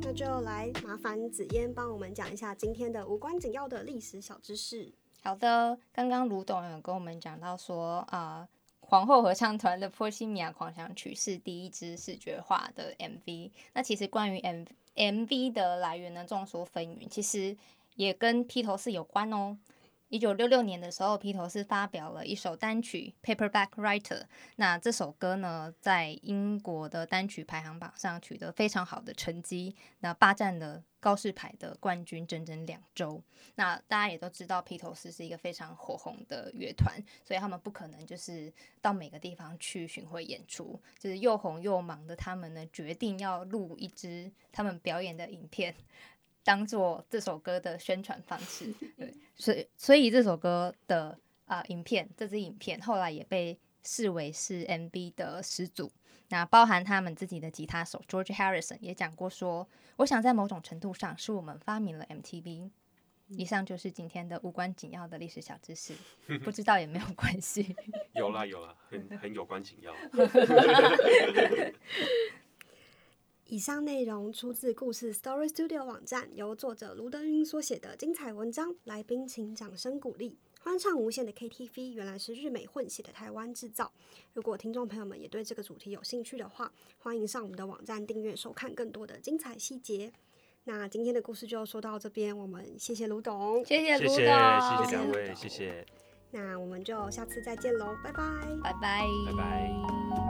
[SPEAKER 1] 那就来麻烦紫嫣帮我们讲一下今天的无关紧要的历史小知识。
[SPEAKER 3] 好的，刚刚卢董有跟我们讲到说，啊、皇后合唱团的《波西米亚狂想曲》是第一支视觉化的 MV。那其实关于 M MV 的来源呢，众说纷纭，其实也跟披头士有关哦。一九六六年的时候，披头士发表了一首单曲《Paperback Writer》。那这首歌呢，在英国的单曲排行榜上取得非常好的成绩，那霸占了告示牌的冠军整整两周。那大家也都知道，披头士是一个非常火红的乐团，所以他们不可能就是到每个地方去巡回演出，就是又红又忙的他们呢，决定要录一支他们表演的影片，当做这首歌的宣传方式。对，所以所以这首歌的啊、呃影片，这支影片后来也被视为是 MV 的始祖。那包含他们自己的吉他手 George Harrison 也讲过说，我想在某种程度上是我们发明了 MTV。以上就是今天的无关紧要的历史小知识，不知道也没有关系。
[SPEAKER 2] 有啦有啦，很很有关紧要。
[SPEAKER 1] 以上内容出自故事 Story Studio 网站，由作者卢德云所写的精彩文章。来宾请掌声鼓励。欢唱无限的 KTV 原来是日美混血的台湾制造。如果听众朋友们也对这个主题有兴趣的话，欢迎上我们的网站订阅收看更多的精彩细节。那今天的故事就说到这边，我们谢谢卢董，
[SPEAKER 3] 谢 谢
[SPEAKER 2] 谢
[SPEAKER 3] 卢
[SPEAKER 2] 谢谢谢
[SPEAKER 3] 董，
[SPEAKER 1] 两
[SPEAKER 2] 两
[SPEAKER 1] 位
[SPEAKER 2] 位，
[SPEAKER 1] 谢
[SPEAKER 2] 谢谢。
[SPEAKER 1] 那我们就下次再见喽，拜拜。
[SPEAKER 3] 拜拜，
[SPEAKER 2] 拜拜。